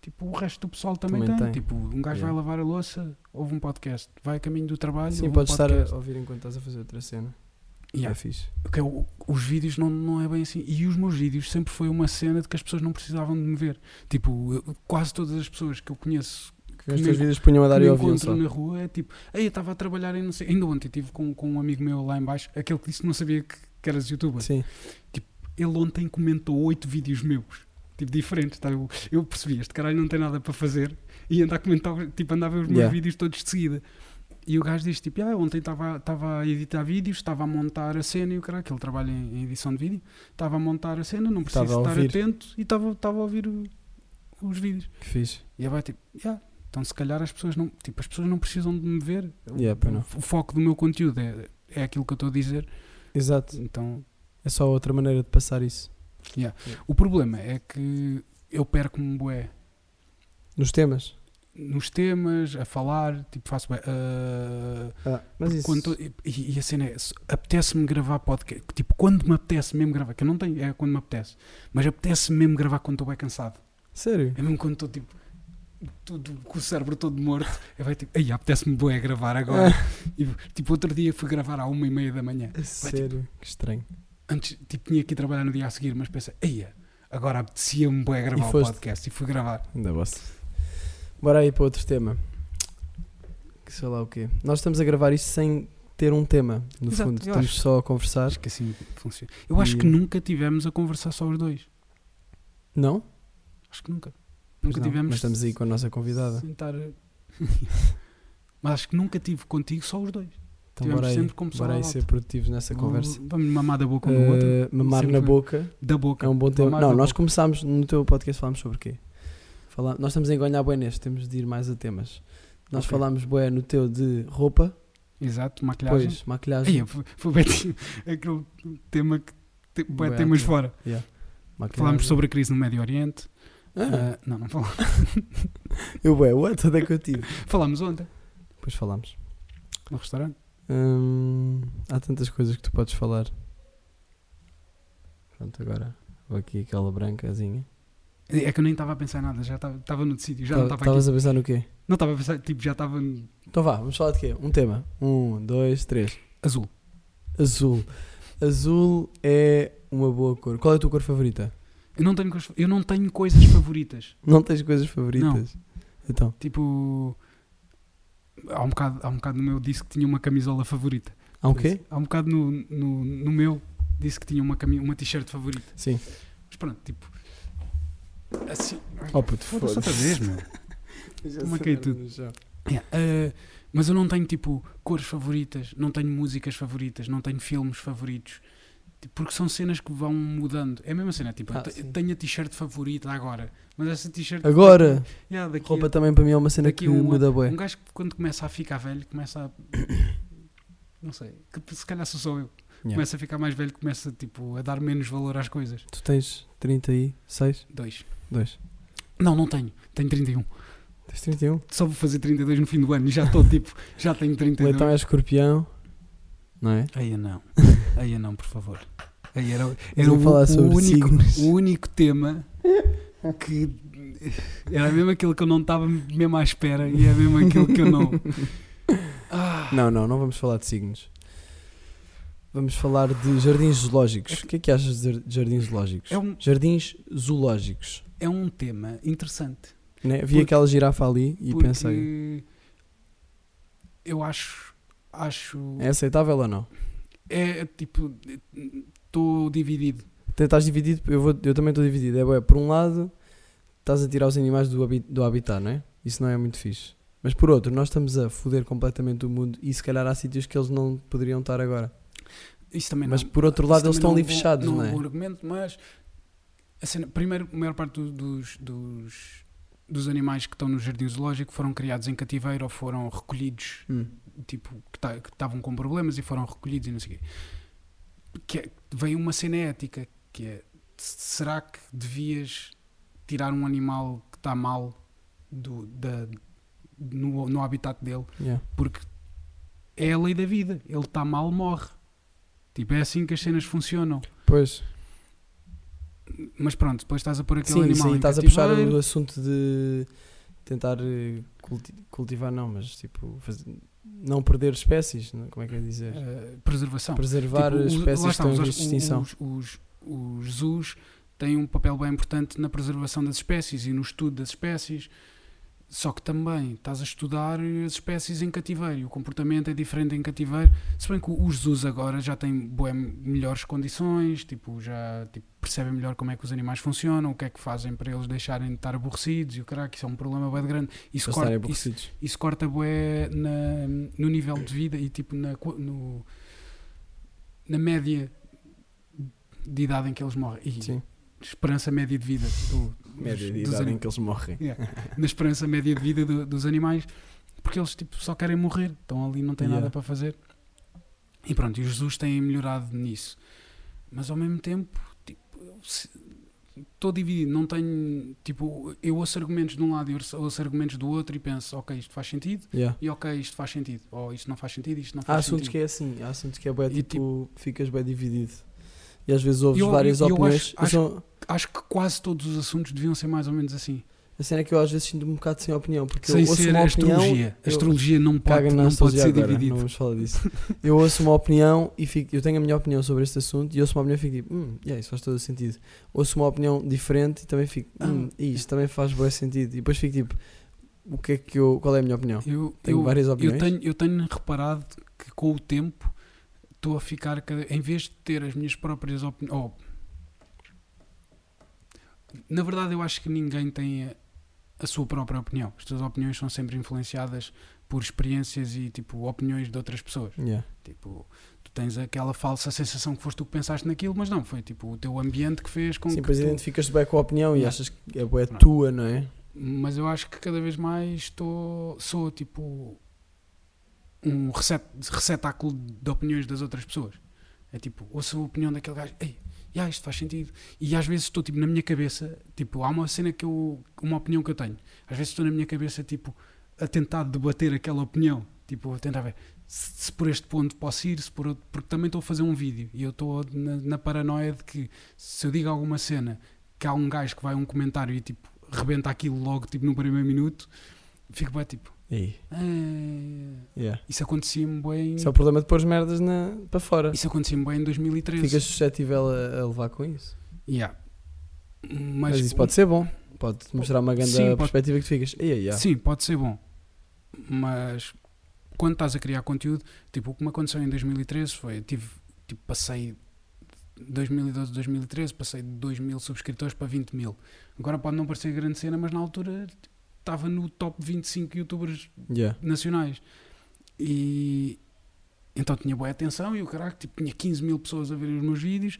Speaker 2: tipo, o resto do pessoal também,
Speaker 1: Também
Speaker 2: tem.
Speaker 1: tem.
Speaker 2: Tipo, um gajo
Speaker 1: Yeah.
Speaker 2: vai lavar a louça, ouve um podcast, vai a caminho do trabalho,
Speaker 1: Sim,
Speaker 2: ouve
Speaker 1: podes
Speaker 2: um
Speaker 1: estar
Speaker 2: podcast.
Speaker 1: a ouvir enquanto estás a fazer outra cena.
Speaker 2: Yeah.
Speaker 1: É fixe.
Speaker 2: Porque eu- os vídeos não, não é bem assim. E os meus vídeos sempre foi uma cena de que as pessoas não precisavam de me ver. Tipo, eu- quase todas as pessoas que eu conheço
Speaker 1: Que os
Speaker 2: me
Speaker 1: teus vídeos punham a dar
Speaker 2: que
Speaker 1: e
Speaker 2: me
Speaker 1: ouviam
Speaker 2: encontro
Speaker 1: só.
Speaker 2: na rua é tipo, ei, eu estava a trabalhar em não sei. Ainda ontem estive com, com um amigo meu lá em baixo, aquele que disse que não sabia que, que eras youtuber.
Speaker 1: Sim.
Speaker 2: Ele ontem comentou oito vídeos meus, tipo, diferentes. Tá? Eu, eu percebi, este caralho não tem nada para fazer e anda a comentar, tipo, andava os meus
Speaker 1: Yeah.
Speaker 2: vídeos todos de seguida. E o gajo diz tipo, ah, ontem estava estava a editar vídeos, estava a montar a cena e o caralho, que ele trabalha em, em edição de vídeo, estava a montar a cena, não preciso
Speaker 1: Estava a
Speaker 2: estar
Speaker 1: ouvir.
Speaker 2: atento e estava estava a ouvir o- os vídeos.
Speaker 1: Que fixe.
Speaker 2: E vai tipo, yeah, então se calhar as pessoas não, tipo, as pessoas não precisam de me ver. O-
Speaker 1: Yeah, pois
Speaker 2: o,
Speaker 1: não.
Speaker 2: o foco do meu conteúdo é, é aquilo que eu estou a dizer.
Speaker 1: Exato.
Speaker 2: Então,
Speaker 1: É só outra maneira de passar isso.
Speaker 2: o problema é que eu perco-me bué
Speaker 1: Nos temas.
Speaker 2: nos temas, a falar, tipo, faço bué. ah,
Speaker 1: Ah, mas isso.
Speaker 2: quando tô- e, e a cena é, se apetece-me gravar podcast, tipo, quando me apetece mesmo gravar, que eu não tenho, é quando me apetece, mas apetece-me mesmo gravar quando estou bem cansado.
Speaker 1: Sério?
Speaker 2: É mesmo quando estou tipo tudo, com o cérebro todo morto, eu vai tipo, ai, apetece-me bué gravar agora.
Speaker 1: Ah.
Speaker 2: E, tipo, outro dia fui gravar à uma e meia da manhã.
Speaker 1: É sério? Que estranho.
Speaker 2: Antes, tipo, tinha que ir trabalhar no dia a seguir, mas pensei, eia, agora apetecia-me bué gravar o
Speaker 1: foste.
Speaker 2: podcast. E fui gravar.
Speaker 1: Ainda bosta. Bora aí para outro tema. Que sei lá o quê. Nós estamos a gravar isto sem ter um tema, no
Speaker 2: Exato,
Speaker 1: fundo.
Speaker 2: eu
Speaker 1: Estamos
Speaker 2: acho.
Speaker 1: só a conversar.
Speaker 2: Acho que assim funciona. Eu acho
Speaker 1: E-
Speaker 2: que nunca tivemos a conversar só os dois.
Speaker 1: Não?
Speaker 2: Acho que nunca.
Speaker 1: Pois
Speaker 2: Nunca
Speaker 1: não,
Speaker 2: tivemos.
Speaker 1: Mas estamos aí com a nossa convidada.
Speaker 2: sentar eh, a- mas acho que nunca tive contigo só os dois.
Speaker 1: Então
Speaker 2: Tivemos
Speaker 1: bora aí.
Speaker 2: sempre como só
Speaker 1: Bora aí
Speaker 2: a
Speaker 1: ser produtivos nessa conversa.
Speaker 2: Vamos mamar da boca um do outro.
Speaker 1: Eh, mamar
Speaker 2: Sempre
Speaker 1: na
Speaker 2: foi.
Speaker 1: boca
Speaker 2: Da boca.
Speaker 1: é um bom tema.
Speaker 2: Mamar
Speaker 1: Não,
Speaker 2: na
Speaker 1: nós
Speaker 2: boca.
Speaker 1: começámos no teu podcast, falámos sobre o quê? Falá- Nós estamos a enganar bem neste, temos de ir mais a temas. Nós
Speaker 2: Ok.
Speaker 1: falámos bem no teu de roupa,
Speaker 2: Exato, maquilhagem.
Speaker 1: depois maquilhagem.
Speaker 2: Aí, foi, foi bem <laughs> tipo, aquele tema que te, bué
Speaker 1: Bué
Speaker 2: temas
Speaker 1: ativo.
Speaker 2: fora.
Speaker 1: maquilhagem.
Speaker 2: Falámos sobre a crise no Médio Oriente.
Speaker 1: Ah,
Speaker 2: Ah, não, não falámos.
Speaker 1: eu bem, what? Onde é que eu tive?
Speaker 2: <laughs> Falámos ontem,
Speaker 1: Depois falámos.
Speaker 2: no restaurante.
Speaker 1: Hum, há tantas coisas que tu podes falar. Pronto, agora vou aqui aquela brancazinha.
Speaker 2: É que eu nem estava a pensar em nada, já estava- estava no sítio, já não
Speaker 1: Tá-
Speaker 2: estava
Speaker 1: Estavas
Speaker 2: aqui.
Speaker 1: a pensar no quê?
Speaker 2: Não estava a pensar, tipo, já estava no-
Speaker 1: Então vá, vamos falar de quê? Um tema. Um, dois, três.
Speaker 2: azul.
Speaker 1: Azul. Azul é uma boa cor. Qual é a tua cor favorita?
Speaker 2: Eu não tenho, coisas- eu não tenho coisas favoritas.
Speaker 1: Não tens coisas favoritas? Então,
Speaker 2: Tipo, há um, bocado, há um bocado no meu disse que tinha uma camisola favorita.
Speaker 1: há um quê?
Speaker 2: Há um bocado no, no, no meu disse que tinha uma, cami- uma t-shirt favorita.
Speaker 1: Sim.
Speaker 2: Mas pronto, tipo, assim.
Speaker 1: Oh puto,
Speaker 2: Foda-se
Speaker 1: foda-se.
Speaker 2: outra vez, meu. Uma caí tudo. Yeah, uh, mas eu não tenho tipo cores favoritas, não tenho músicas favoritas, não tenho filmes favoritos, tipo, porque são cenas que vão mudando. É a mesma cena, tipo, eu
Speaker 1: Ah,
Speaker 2: te-
Speaker 1: sim.
Speaker 2: tenho a t-shirt favorita agora, mas essa t-shirt.
Speaker 1: <laughs> Agora,
Speaker 2: Yeah, daqui a-
Speaker 1: roupa também para mim é uma cena
Speaker 2: daqui
Speaker 1: que
Speaker 2: a um
Speaker 1: muda
Speaker 2: Um
Speaker 1: bué.
Speaker 2: gajo que quando começa a ficar velho, começa a. <coughs> Não sei, que se calhar sou só eu.
Speaker 1: Yeah.
Speaker 2: Começa a ficar mais velho, começa tipo, a dar menos valor às coisas.
Speaker 1: Tu tens 36?
Speaker 2: Dois.
Speaker 1: 2.
Speaker 2: Não, não tenho. Tenho 31.
Speaker 1: Tens 31?
Speaker 2: Só vou fazer 32 no fim do ano e já estou <laughs> tipo, já tenho 32.
Speaker 1: Leitão é escorpião, não é?
Speaker 2: Aí não,
Speaker 1: <laughs>
Speaker 2: aí não, por favor. Aí era,
Speaker 1: Mas
Speaker 2: era
Speaker 1: vou
Speaker 2: o,
Speaker 1: falar
Speaker 2: o
Speaker 1: sobre
Speaker 2: único,
Speaker 1: signos.
Speaker 2: o único tema que era mesmo aquele que eu não estava mesmo à espera e é mesmo aquilo que eu não. Ah,
Speaker 1: Não, não, não vamos falar de signos. Vamos falar de jardins zoológicos. O que é que achas de jar- jardins zoológicos?
Speaker 2: é, um,
Speaker 1: Jardins zoológicos.
Speaker 2: é um tema interessante.
Speaker 1: Né? Vi
Speaker 2: Porque-
Speaker 1: aquela girafa ali e
Speaker 2: porque
Speaker 1: pensei,
Speaker 2: Eu acho. Acho.
Speaker 1: é aceitável ou não?
Speaker 2: É, tipo. Estou dividido.
Speaker 1: Até estás dividido, eu, vou- eu também estou dividido. É, bué, por um lado, estás a tirar os animais do, habi- do habitat, não é? Isso não é muito fixe. Mas por outro, nós estamos a foder completamente o mundo e se calhar há sítios que eles não poderiam estar agora.
Speaker 2: Isso também
Speaker 1: Mas
Speaker 2: não,
Speaker 1: por outro lado,
Speaker 2: isso
Speaker 1: eles
Speaker 2: também
Speaker 1: estão ali
Speaker 2: não é um bom-
Speaker 1: fechados, não,
Speaker 2: não
Speaker 1: é?
Speaker 2: um bom argumento, mas a cena- primeiro, a maior parte do- dos, dos, dos animais que estão no jardim zoológico foram criados em cativeiro ou foram recolhidos
Speaker 1: Hum.
Speaker 2: tipo, que ta- que estavam com problemas e foram recolhidos e não sei o quê. Que é- veio uma cena ética, que é, se- será que devias tirar um animal que está mal do, da, no, no habitat dele?
Speaker 1: Yeah.
Speaker 2: Porque é a lei da vida, ele está mal, morre. Tipo, é assim que as cenas funcionam.
Speaker 1: Pois.
Speaker 2: Mas pronto, depois estás a pôr aquele
Speaker 1: Sim,
Speaker 2: animal
Speaker 1: sim,
Speaker 2: em
Speaker 1: estás a puxar
Speaker 2: cativeiro.
Speaker 1: o assunto de tentar eh, culti- cultivar, não, mas tipo, faz- não perder espécies, não- como é que é dizer?
Speaker 2: eh, preservação.
Speaker 1: Preservar
Speaker 2: Tipo, o-
Speaker 1: as espécies
Speaker 2: lá
Speaker 1: que
Speaker 2: está,
Speaker 1: estão em
Speaker 2: os-
Speaker 1: risco de extinção.
Speaker 2: Os, os, os zoos têm um papel bem importante na preservação das espécies e no estudo das espécies. Só que também estás a estudar as espécies em cativeiro. O comportamento é diferente em cativeiro. Se bem que os zoos agora já têm bué melhores condições, tipo, já tipo, percebem melhor como é que os animais funcionam, o que é que fazem para eles deixarem de estar aborrecidos e o caraca, isso é um problema bem grande. Isso
Speaker 1: Para estarem
Speaker 2: corta, isso,
Speaker 1: aborrecidos.
Speaker 2: isso corta bué na- no nível de vida e tipo na, qua- no- na média de idade em que eles morrem. E
Speaker 1: Sim.
Speaker 2: esperança média de vida do-
Speaker 1: Média
Speaker 2: dos-
Speaker 1: de
Speaker 2: dos
Speaker 1: idade
Speaker 2: anim-
Speaker 1: em que eles morrem.
Speaker 2: na esperança média de vida do- dos animais, porque eles tipo, só querem morrer, estão ali, não têm
Speaker 1: Yeah.
Speaker 2: nada para fazer. E pronto, e os Jesus têm melhorado nisso. Mas ao mesmo tempo, tipo, se- estou dividido, não tenho, tipo, eu ouço argumentos de um lado e ouço ouço argumentos do outro e penso, ok, isto faz sentido
Speaker 1: Yeah.
Speaker 2: e ok, isto faz sentido, ou isto não faz sentido, isto não
Speaker 1: Há
Speaker 2: faz
Speaker 1: assuntos que
Speaker 2: sentido.
Speaker 1: é assim, há assuntos que é bem,
Speaker 2: E,
Speaker 1: tipo, ficas bem dividido. E às vezes ouves
Speaker 2: Eu-
Speaker 1: várias
Speaker 2: eu- eu
Speaker 1: opiniões.
Speaker 2: acho- acho-
Speaker 1: São-
Speaker 2: Acho que quase todos os assuntos deviam ser mais ou menos assim,
Speaker 1: A cena é que eu às vezes sinto-me um bocado sem opinião, porque
Speaker 2: sem
Speaker 1: eu ouço
Speaker 2: ser
Speaker 1: uma
Speaker 2: a
Speaker 1: opinião.
Speaker 2: astrologia. A
Speaker 1: eu-
Speaker 2: astrologia não
Speaker 1: Caga
Speaker 2: pode,
Speaker 1: na
Speaker 2: não pode
Speaker 1: astrologia
Speaker 2: ser
Speaker 1: agora,
Speaker 2: dividida.
Speaker 1: não é? vamos falar disso. Eu ouço uma opinião e fico, eu tenho a minha opinião sobre este assunto e ouço uma opinião e fico tipo, hum, yeah, isso faz todo o sentido. Ouço uma opinião diferente e também fico, hum,
Speaker 2: Ah.
Speaker 1: isto também faz bom sentido. E depois fico tipo, o que é que eu, qual é a minha opinião?
Speaker 2: Eu,
Speaker 1: Tenho
Speaker 2: eu-
Speaker 1: várias
Speaker 2: eu
Speaker 1: opiniões.
Speaker 2: tenho, eu tenho reparado que com o tempo estou a ficar cada, em vez de ter as minhas próprias opiniões. na verdade, eu acho que ninguém tem a, a sua própria opinião. As tuas opiniões são sempre influenciadas por experiências e tipo opiniões de outras pessoas.
Speaker 1: Yeah.
Speaker 2: Tipo, tu tens aquela falsa sensação que foste tu que pensaste naquilo, mas não, foi tipo o teu ambiente que fez com
Speaker 1: Sim,
Speaker 2: que.
Speaker 1: depois
Speaker 2: tu-
Speaker 1: identificas-te bem com a opinião e
Speaker 2: Yeah.
Speaker 1: achas que é, bué
Speaker 2: Pronto.
Speaker 1: tua, não é?
Speaker 2: Mas eu acho que cada vez mais estou, sou tipo um recet- receptáculo de opiniões das outras pessoas. É tipo, ouço a opinião daquele gajo, ei, yeah, isto faz sentido. E às vezes estou tipo na minha cabeça, tipo, há uma cena que eu, uma opinião que eu tenho. Às vezes estou na minha cabeça, tipo, a tentar debater aquela opinião. Tipo, a tentar ver se, se por este ponto posso ir, se por outro, porque também estou a fazer um vídeo e eu estou na, na paranoia de que se eu digo alguma cena que há um gajo que vai a um comentário e tipo, rebenta aquilo logo, tipo, no primeiro minuto, fico bem tipo,
Speaker 1: E,
Speaker 2: "Ah,
Speaker 1: yeah.
Speaker 2: isso acontecia-me bem.
Speaker 1: Isso é o problema de pôr as merdas na, para fora.
Speaker 2: Isso é acontecia-me bem em 2013.
Speaker 1: Ficas suscetível a, a levar com isso.
Speaker 2: Yeah.
Speaker 1: Mas,
Speaker 2: Mas,
Speaker 1: isso pode ser bom. Pode mostrar uma grande
Speaker 2: Sim, pode-
Speaker 1: perspectiva que tu ficas. "Ei, ei, ah."
Speaker 2: Sim, pode ser bom. Mas quando estás a criar conteúdo, tipo, o que me aconteceu em 2013 foi, eu tive, tipo, passei de 2012, 2013, passei de 2 mil subscritores para 20 mil. Agora pode não parecer grande cena, mas na altura tipo, estava no top 25 youtubers
Speaker 1: Yeah.
Speaker 2: nacionais. E então tinha boa atenção e o caraca, tipo, tinha 15 mil pessoas a ver os meus vídeos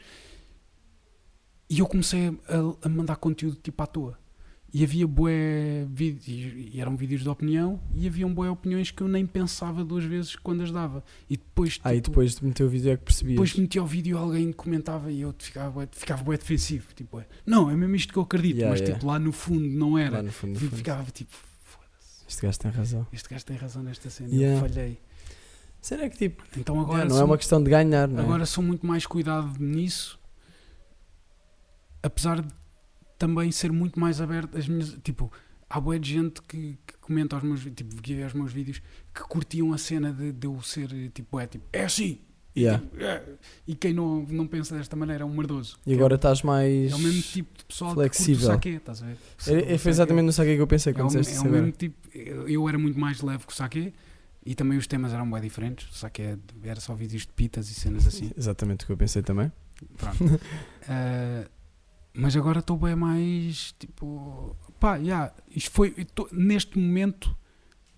Speaker 2: e eu comecei a, a mandar conteúdo tipo à toa. E havia bué vídeos, e eram vídeos de opinião, e haviam bué opiniões que eu nem pensava duas vezes quando as dava. E depois,
Speaker 1: Aí
Speaker 2: tipo,
Speaker 1: depois de meter o vídeo é que percebias.
Speaker 2: depois metia o vídeo e alguém comentava e eu ficava bué, ficava bué defensivo. Tipo, é, não, é mesmo isto que eu acredito,
Speaker 1: Yeah,
Speaker 2: mas
Speaker 1: yeah.
Speaker 2: tipo lá no fundo não era.
Speaker 1: Lá no fundo, no
Speaker 2: Fi-
Speaker 1: fundo.
Speaker 2: Ficava tipo, foda-se,
Speaker 1: Este gajo tem razão.
Speaker 2: este gajo tem razão nesta cena,
Speaker 1: Yeah.
Speaker 2: eu falhei.
Speaker 1: Será que tipo.
Speaker 2: Então agora,
Speaker 1: não é
Speaker 2: sou,
Speaker 1: uma questão de ganhar, não é?
Speaker 2: agora sou muito mais cuidado nisso, apesar de também ser muito mais aberto as minhas. Tipo, há boa de gente que, que comenta aos meus, vi- tipo, que vê os meus vídeos que curtiam a cena de, de eu ser tipo, é tipo, é assim!
Speaker 1: Yeah.
Speaker 2: Tipo, é. E quem não, não pensa desta maneira é um merdoso.
Speaker 1: E agora estás mais.
Speaker 2: é o mesmo tipo de pessoal que
Speaker 1: flexível.
Speaker 2: curte o saquê, estás a ver?
Speaker 1: É- é-
Speaker 2: O saquê.
Speaker 1: foi exatamente no saque que eu pensei
Speaker 2: É o,
Speaker 1: quando disseste
Speaker 2: é
Speaker 1: isso
Speaker 2: o mesmo
Speaker 1: agora.
Speaker 2: tipo. Eu eu era muito mais leve que o saque e também os temas eram bem diferentes. O saque era só vídeos de pitas e cenas assim.
Speaker 1: <laughs> Exatamente o que eu pensei também.
Speaker 2: Pronto. Ah, mas agora estou bem mais tipo. pá, yeah, isto foi, eu tô- neste momento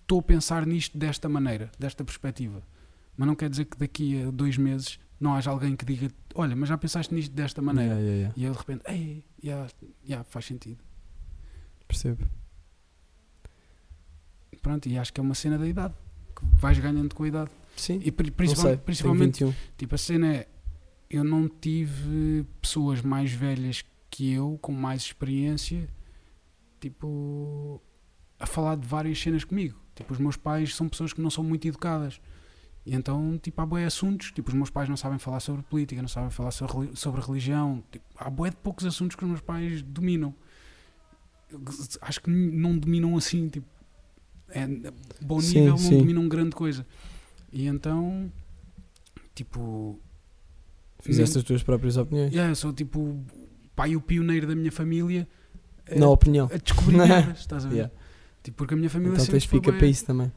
Speaker 2: estou a pensar nisto desta maneira, desta perspectiva. Mas não quer dizer que daqui a dois meses não haja alguém que diga, olha, mas já pensaste nisto desta maneira.
Speaker 1: Yeah, yeah, yeah.
Speaker 2: E eu de repente, ei, yeah, yeah, faz sentido.
Speaker 1: Percebo.
Speaker 2: Pronto, e acho que é uma cena da idade, que vais ganhando com a idade.
Speaker 1: Sim.
Speaker 2: E pri-
Speaker 1: não sei,
Speaker 2: principalmente,
Speaker 1: tenho
Speaker 2: principalmente
Speaker 1: 21.
Speaker 2: Tipo, a cena é. Eu não tive pessoas mais velhas que eu, com mais experiência, tipo. a falar de várias cenas comigo. Tipo, os meus pais são pessoas que não são muito educadas. E então, tipo, há bué assuntos. Tipo, os meus pais não sabem falar sobre política, não sabem falar sobre, reli- sobre religião. Tipo, há bué de poucos assuntos que os meus pais dominam. Eu Acho que não dominam assim, tipo. É, bom
Speaker 1: Sim,
Speaker 2: nível,
Speaker 1: sim.
Speaker 2: não dominam grande coisa. E então, tipo,
Speaker 1: Fizeste as tuas próprias opiniões.
Speaker 2: yeah, eu sou tipo o pai o pioneiro da minha família eh,
Speaker 1: Na opinião. <laughs>
Speaker 2: a descobrir merdas, estás a ver?
Speaker 1: Yeah.
Speaker 2: Tipo, porque a minha família
Speaker 1: Então
Speaker 2: sempre
Speaker 1: tens
Speaker 2: foi
Speaker 1: pica
Speaker 2: bué-
Speaker 1: para isso também.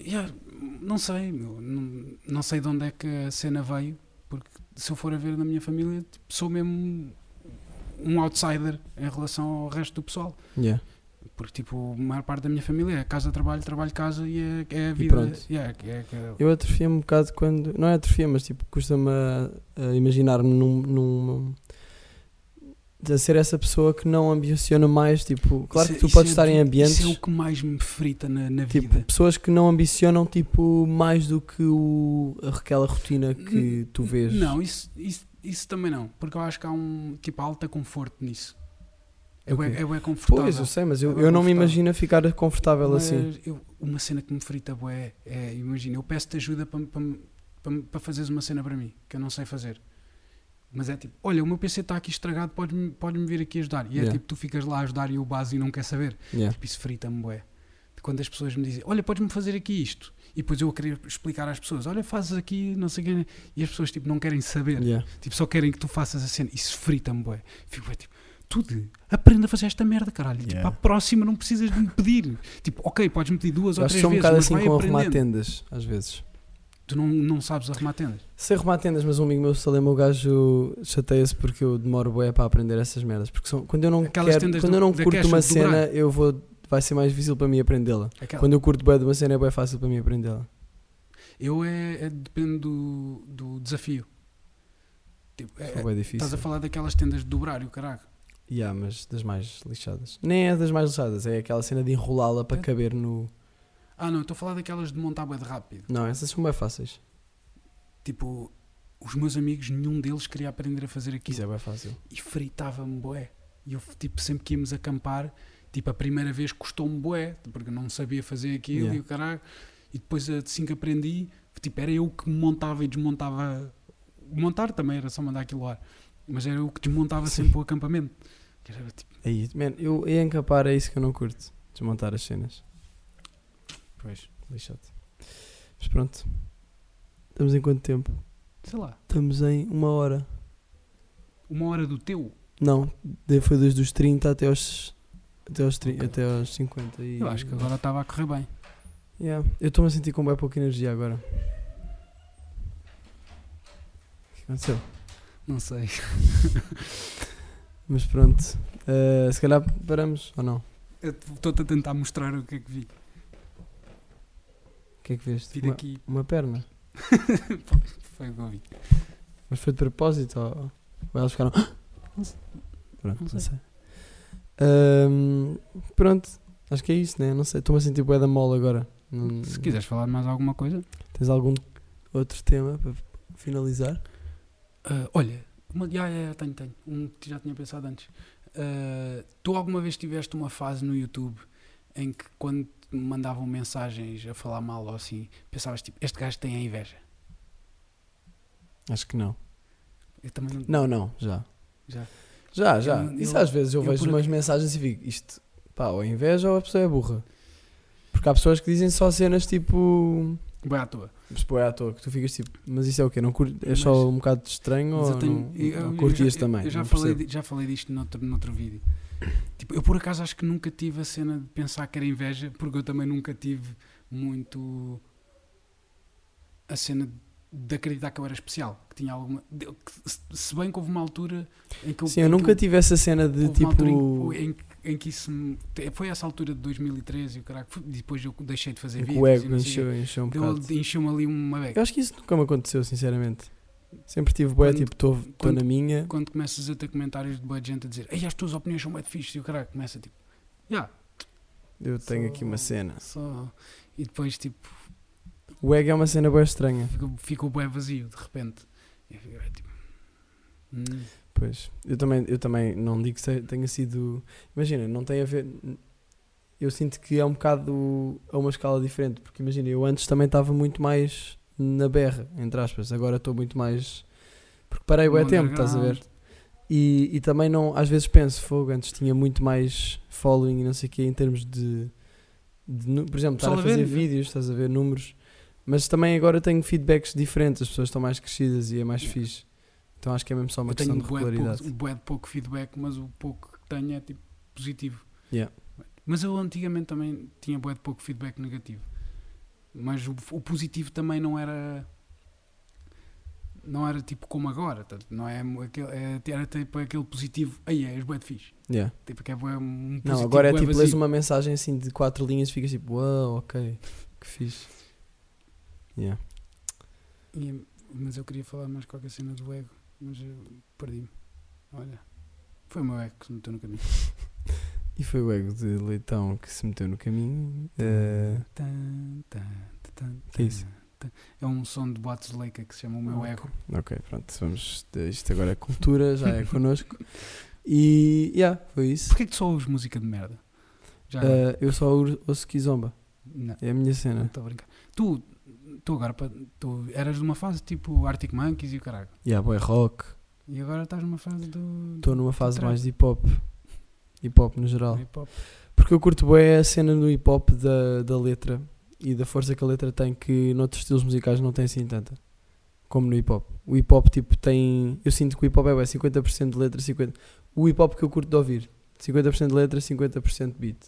Speaker 2: Yeah, não sei, meu, não, não sei de onde é que a cena veio, porque se eu for a ver na minha família, tipo, sou mesmo um outsider em relação ao resto do pessoal.
Speaker 1: Yeah.
Speaker 2: Porque, tipo, a maior parte da minha família é casa, trabalho, trabalho, casa e é, é a vida.
Speaker 1: pronto.
Speaker 2: yeah, é que-
Speaker 1: Eu atrofia um bocado quando. Não é atrofia, mas tipo, custa-me a, a imaginar-me num, num- a ser essa pessoa que não ambiciona mais. Tipo, claro
Speaker 2: isso é-
Speaker 1: que tu
Speaker 2: isso
Speaker 1: podes
Speaker 2: é
Speaker 1: estar em
Speaker 2: do-
Speaker 1: ambientes.
Speaker 2: Isso é o que mais me frita na, na
Speaker 1: Tipo,
Speaker 2: vida.
Speaker 1: pessoas que não ambicionam tipo mais do que o, aquela rotina que tu vês.
Speaker 2: Não, é isso, isso, isso também não, porque eu acho que há um tipo alta conforto nisso. É
Speaker 1: O quê?
Speaker 2: bué, é bué confortável.
Speaker 1: Pois, eu sei, mas eu,
Speaker 2: Ela é
Speaker 1: eu não me
Speaker 2: confortável. é
Speaker 1: imagino a ficar confortável
Speaker 2: Mas
Speaker 1: assim.
Speaker 2: eu- uma cena que me frita bué é, imagina, eu peço-te ajuda para para fazeres uma cena para mim, que eu não sei fazer. Mas é tipo, olha, o meu PC está aqui estragado, podes-me podes vir aqui ajudar. E é
Speaker 1: Yeah.
Speaker 2: tipo, tu ficas lá a ajudar e o base e não quer saber.
Speaker 1: Yeah.
Speaker 2: Tipo, isso frita-me bué. De Quando as pessoas me dizem, olha, podes-me fazer aqui isto. E depois eu a querer explicar às pessoas, olha, fazes aqui, não sei o quê. E as pessoas tipo, não querem saber.
Speaker 1: Yeah.
Speaker 2: Tipo, só querem que tu faças a cena. Isso frita-me, bué. Fico, bué, tipo, tudo. Aprenda a fazer esta merda, caralho. Tipo,
Speaker 1: Yeah.
Speaker 2: à próxima não precisas de me pedir. Tipo, ok, podes-me pedir duas
Speaker 1: Eu
Speaker 2: ou
Speaker 1: acho que
Speaker 2: três
Speaker 1: sou um
Speaker 2: vezes,
Speaker 1: bocado
Speaker 2: mas
Speaker 1: assim
Speaker 2: vai
Speaker 1: com arrumar
Speaker 2: aprendendo.
Speaker 1: tendas, às vezes.
Speaker 2: Tu não, não sabes arrumar tendas.
Speaker 1: Se arrumar tendas, mas um amigo meu se lembra, o gajo chateia-se porque eu demoro bué para aprender essas merdas. Porque são, quando eu não,
Speaker 2: Aquelas
Speaker 1: quero,
Speaker 2: tendas
Speaker 1: quando
Speaker 2: do-
Speaker 1: eu não
Speaker 2: da
Speaker 1: curto
Speaker 2: Cash,
Speaker 1: uma
Speaker 2: do
Speaker 1: cena, eu vou, vai ser mais difícil para mim aprendê-la.
Speaker 2: Aquela-
Speaker 1: Quando eu curto bué de uma cena, é bué fácil para mim aprendê-la.
Speaker 2: Eu é, é- depende do, do desafio. Tipo, é-
Speaker 1: É bué difícil.
Speaker 2: estás a falar daquelas tendas de dobrar e o caralho.
Speaker 1: Yeah, mas das mais lixadas. Nem é das mais lixadas, é aquela cena de enrolá-la para
Speaker 2: É.
Speaker 1: caber no.
Speaker 2: Ah, não, eu estou a falar daquelas de montar bué de rápido.
Speaker 1: Não, essas são bem fáceis.
Speaker 2: Tipo, os meus amigos, nenhum deles queria aprender a fazer aquilo.
Speaker 1: Isso é bem fácil.
Speaker 2: e fritava-me boé E eu, tipo, sempre que íamos acampar, tipo, a primeira vez custou-me boé porque eu não sabia fazer aquilo
Speaker 1: Yeah.
Speaker 2: e o caralho. E depois, assim que aprendi, tipo, era eu que montava e desmontava. Montar também era só mandar aquilo ao ar, mas era eu que desmontava
Speaker 1: Sim.
Speaker 2: sempre o acampamento. Que era, tipo,
Speaker 1: É isso. Man, eu ia encapar, é isso que eu não curto. Desmontar as cenas.
Speaker 2: pois,
Speaker 1: Lixado. Mas pronto. Estamos em quanto tempo?
Speaker 2: sei lá,
Speaker 1: Estamos em uma hora.
Speaker 2: uma hora do teu.
Speaker 1: Não, de- foi desde os 30 até aos até aos, 30, até aos 50 e...
Speaker 2: Eu acho que agora estava a correr bem.
Speaker 1: Yeah. Eu estou-me a sentir com bem pouca energia agora. O que aconteceu?
Speaker 2: Não sei.
Speaker 1: Mas pronto. Eh, se calhar paramos ou não?
Speaker 2: Eu Estou-te a tentar mostrar o que é que vi.
Speaker 1: O que é que veste?
Speaker 2: Vi
Speaker 1: Uma,
Speaker 2: daqui.
Speaker 1: uma perna.
Speaker 2: Foi o que eu vi.
Speaker 1: Mas foi de propósito ou, ou elas ficaram. <gasps>
Speaker 2: Não sei.
Speaker 1: Pronto,
Speaker 2: Não
Speaker 1: não sei. Ahm, pronto, acho que é isso, né? Não sei. Estou-me a sentir bué da mole agora. Não-
Speaker 2: Se quiseres falar de mais alguma coisa.
Speaker 1: Tens algum outro tema para finalizar?
Speaker 2: Ah, olha, uma, já, já, já, tenho, tenho. Um que já tinha pensado antes. Ah, tu alguma vez tiveste uma fase no YouTube em que quando me mandavam mensagens a falar mal ou assim, pensavas tipo, este gajo tem a inveja.
Speaker 1: Acho que não.
Speaker 2: Eu também não.
Speaker 1: Não, não, já.
Speaker 2: Já.
Speaker 1: Já, já.
Speaker 2: Eu-
Speaker 1: Isso
Speaker 2: eu-
Speaker 1: às vezes eu,
Speaker 2: eu
Speaker 1: vejo
Speaker 2: por
Speaker 1: umas
Speaker 2: ac-
Speaker 1: mensagens e fico, isto, pá, ou é inveja ou a pessoa é burra. Porque há pessoas que dizem só cenas tipo.
Speaker 2: Bem à toa.
Speaker 1: Mas pô, é à toa, que tu ficas tipo, mas isso é o quê? Não cur... É
Speaker 2: Mas-
Speaker 1: só um bocado de estranho
Speaker 2: Mas
Speaker 1: ou
Speaker 2: eu tenho-
Speaker 1: não,
Speaker 2: eu-
Speaker 1: ou
Speaker 2: eu
Speaker 1: curtias
Speaker 2: já-
Speaker 1: também?
Speaker 2: Eu já
Speaker 1: Não
Speaker 2: falei,
Speaker 1: percebo.
Speaker 2: di- já falei disto noutro, noutro vídeo. Tipo, eu por acaso acho que nunca tive a cena de pensar que era inveja, porque eu também nunca tive muito a cena de de acreditar que eu era especial, que tinha alguma. de- que se- Se bem que houve uma altura em que eu.
Speaker 1: Sim, eu nunca
Speaker 2: tive.
Speaker 1: tive essa cena de
Speaker 2: Houve uma altura
Speaker 1: tipo.
Speaker 2: em, em- em que isso me- te- foi essa altura de 2013 e o caraca, foi- depois eu deixei de fazer
Speaker 1: em que
Speaker 2: vídeos
Speaker 1: tipo, o
Speaker 2: e
Speaker 1: ego
Speaker 2: não sei o
Speaker 1: encheu, encheu um
Speaker 2: quê.
Speaker 1: bocado.
Speaker 2: Deu- encheu-me ali uma beca.
Speaker 1: Eu acho que isso nunca me aconteceu, sinceramente. Sempre tive boé,
Speaker 2: Quando-
Speaker 1: tipo, estou
Speaker 2: quando-
Speaker 1: na minha.
Speaker 2: Quando começas a ter comentários de boa gente a dizer Ei, as tuas opiniões são bem fixes e o caraca começa tipo "Ya,
Speaker 1: Eu tenho
Speaker 2: só-
Speaker 1: aqui uma cena.
Speaker 2: só... E depois tipo
Speaker 1: O ego é uma cena boa estranha.
Speaker 2: fica- fica o bué vazio de repente. E fica bué, tipo... "Hum,
Speaker 1: É Pois. Eu também, eu também não digo que se- tenha sido. Imagina, não tem a ver. Eu sinto que é um bocado a uma escala diferente, porque imagina, eu antes também estava muito mais na berra, entre aspas. Agora estou muito mais. Porque parei o
Speaker 2: no
Speaker 1: tempo, estás a ver?
Speaker 2: underground."
Speaker 1: E, e também não, às vezes penso, fogo, antes tinha muito mais following e não sei o quê em termos de, de nu- por exemplo, estar
Speaker 2: Pessoal
Speaker 1: a
Speaker 2: a
Speaker 1: fazer
Speaker 2: ver, né?
Speaker 1: vídeos, estás a ver números, mas também agora tenho feedbacks diferentes, as pessoas estão mais crescidas e é mais
Speaker 2: Yeah.
Speaker 1: fixe. Então acho que é mesmo só uma
Speaker 2: Eu
Speaker 1: questão
Speaker 2: tenho
Speaker 1: de
Speaker 2: bué de
Speaker 1: regularidade.
Speaker 2: pouco, um bué de pouco feedback, mas o pouco que tenho é tipo positivo.
Speaker 1: Yeah.
Speaker 2: Mas eu antigamente também tinha bué de pouco feedback negativo. Mas o, o positivo também não era. Não era tipo como agora, tá? não é, mo- aquele, é- era tipo aquele positivo, aí és bué de fixe.
Speaker 1: Yeah.
Speaker 2: Tipo, que é bué um positivo
Speaker 1: Não, agora é
Speaker 2: bué
Speaker 1: tipo, lês
Speaker 2: vazio.
Speaker 1: uma mensagem assim de quatro linhas e ficas tipo, uau, ok, que fixe. Yeah.
Speaker 2: E- mas eu queria falar mais qualquer cena do ego, mas eu perdi-me. Olha, foi o meu ego que se meteu no caminho.
Speaker 1: E foi o ego de Leitão que se meteu no caminho. Eh,
Speaker 2: Tan, tan, tan,
Speaker 1: Que é isso?
Speaker 2: tan. É um som de boates de Leica que se chama O Meu
Speaker 1: Ah,
Speaker 2: Ego.
Speaker 1: Ok, pronto, vamos. Isto agora é cultura, já
Speaker 2: <laughs>
Speaker 1: é connosco. E, yeah, foi isso.
Speaker 2: Porquê que tu só ouves música de merda? Já agora.
Speaker 1: Ah, eu só ou- ouço Kizomba,
Speaker 2: Não,
Speaker 1: é a minha
Speaker 2: não
Speaker 1: cena.
Speaker 2: estou a brincar. Tu, tu agora, pa- tu eras de uma fase tipo Arctic Monkeys e o caralho.
Speaker 1: Yeah, boy, rock.
Speaker 2: E agora estás numa fase do.
Speaker 1: Estou numa fase
Speaker 2: Trap.
Speaker 1: mais de hip hop. Hip hop no
Speaker 2: do
Speaker 1: geral.
Speaker 2: hip hop.
Speaker 1: Porque eu curto bem a cena do hip hop da, da letra e da força que a letra tem que noutros estilos musicais não tem assim tanta. Como no hip hop. O hip hop tipo tem. Eu sinto que o hip hop é bué, 50% de letra, 50%. O hip hop que eu curto de ouvir. 50% de letra, 50% de beat.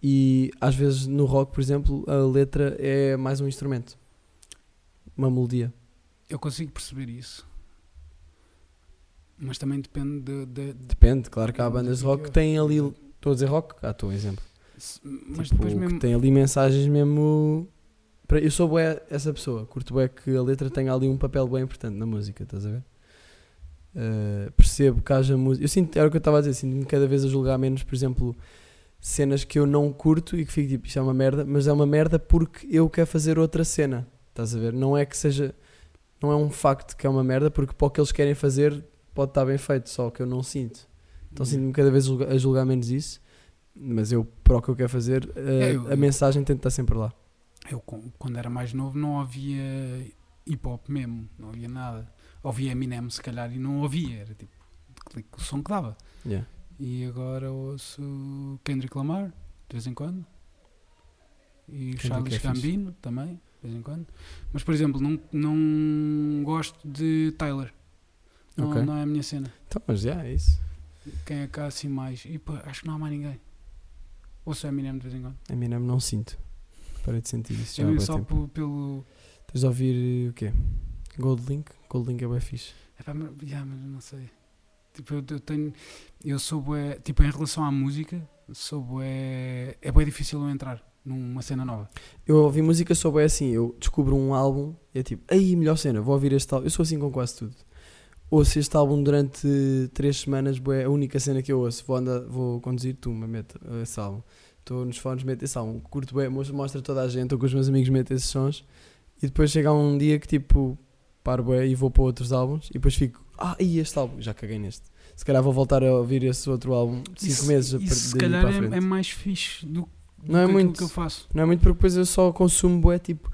Speaker 1: E às vezes no rock, por exemplo, a letra é mais um instrumento. Uma melodia.
Speaker 2: Eu consigo perceber isso. Mas também depende de. de- de-
Speaker 1: Depende, claro que há bandas de rock que têm ali. Estou a dizer rock? Ah, estou a exemplo.
Speaker 2: se- Mas
Speaker 1: Tipo,
Speaker 2: depois mesmo.
Speaker 1: que tem ali mensagens mesmo. Pra- Eu sou bué essa pessoa, curto bué que a letra tenha ali um papel bem importante na música, estás a ver? Uh, percebo que haja música. Eu sinto, era o que eu estava a dizer, sinto-me cada vez a julgar menos, por exemplo, cenas que eu não curto e que fico tipo, isto é uma merda, mas é uma merda porque eu quero fazer outra cena, estás a ver? Não é que seja. Não é um facto que é uma merda, porque para o que eles querem fazer pode estar bem feito, só que eu não sinto. Então sinto-me cada vez julga- a julgar menos isso, mas eu, para o que eu quero fazer, eh,
Speaker 2: É, eu-
Speaker 1: a mensagem tenta estar sempre lá.
Speaker 2: Eu, com- quando era mais novo, não havia hip hop mesmo, não havia nada. Ouvia Eminem, se calhar, e não ouvia, era tipo clique, o som que dava.
Speaker 1: Yeah.
Speaker 2: E agora ouço Kendrick Lamar, de vez em quando, e o
Speaker 1: Kendrick é
Speaker 2: Charles
Speaker 1: fixe.
Speaker 2: Gambino também, de vez em quando. Mas, por exemplo, não, não gosto de Tyler, não,
Speaker 1: Ok.
Speaker 2: não é a minha cena.
Speaker 1: Então, mas já, é isso.
Speaker 2: Quem é cá assim mais? E pá, acho que não há mais ninguém. Ouço Eminem de vez em quando.
Speaker 1: A mim não sinto. Parei de sentir isso. Já há
Speaker 2: Eu
Speaker 1: bué
Speaker 2: só
Speaker 1: Ah, tempo.
Speaker 2: pe- pelo,
Speaker 1: Tens de ouvir eh, o quê? Gold Link? Gold Link é bem fixe.
Speaker 2: Epá, mas, yeah, mas eu não sei. Tipo, eu, eu tenho. Eu sou bué. Tipo, em relação à música, sou bué. É bué difícil eu entrar numa cena nova.
Speaker 1: Eu ouvi música só bem assim, eu descubro um álbum e é tipo, aí melhor cena, vou ouvir este álbum. Eu sou assim com quase tudo. Ouço este álbum durante eh, três semanas, bué, a única cena que eu ouço. Vou, andar, vou conduzir, tu me mete eh, esse álbum. Estou nos fones, mete esse álbum. Curto bem, mostra a toda a gente, estou com os meus amigos, mete esses sons. E depois chega um dia que tipo, paro bué e vou para outros álbuns. E depois fico, ah, e este álbum? Já caguei neste. Se calhar vou voltar a ouvir esse outro álbum Tipo, cinco
Speaker 2: Isso-
Speaker 1: meses a
Speaker 2: isso
Speaker 1: par-
Speaker 2: Se
Speaker 1: daí
Speaker 2: calhar
Speaker 1: para a
Speaker 2: é-
Speaker 1: frente.
Speaker 2: é, mais fixe do, do
Speaker 1: Não é
Speaker 2: que aquilo
Speaker 1: muito.
Speaker 2: que eu faço.
Speaker 1: Não é muito porque depois eu só consumo bué, tipo,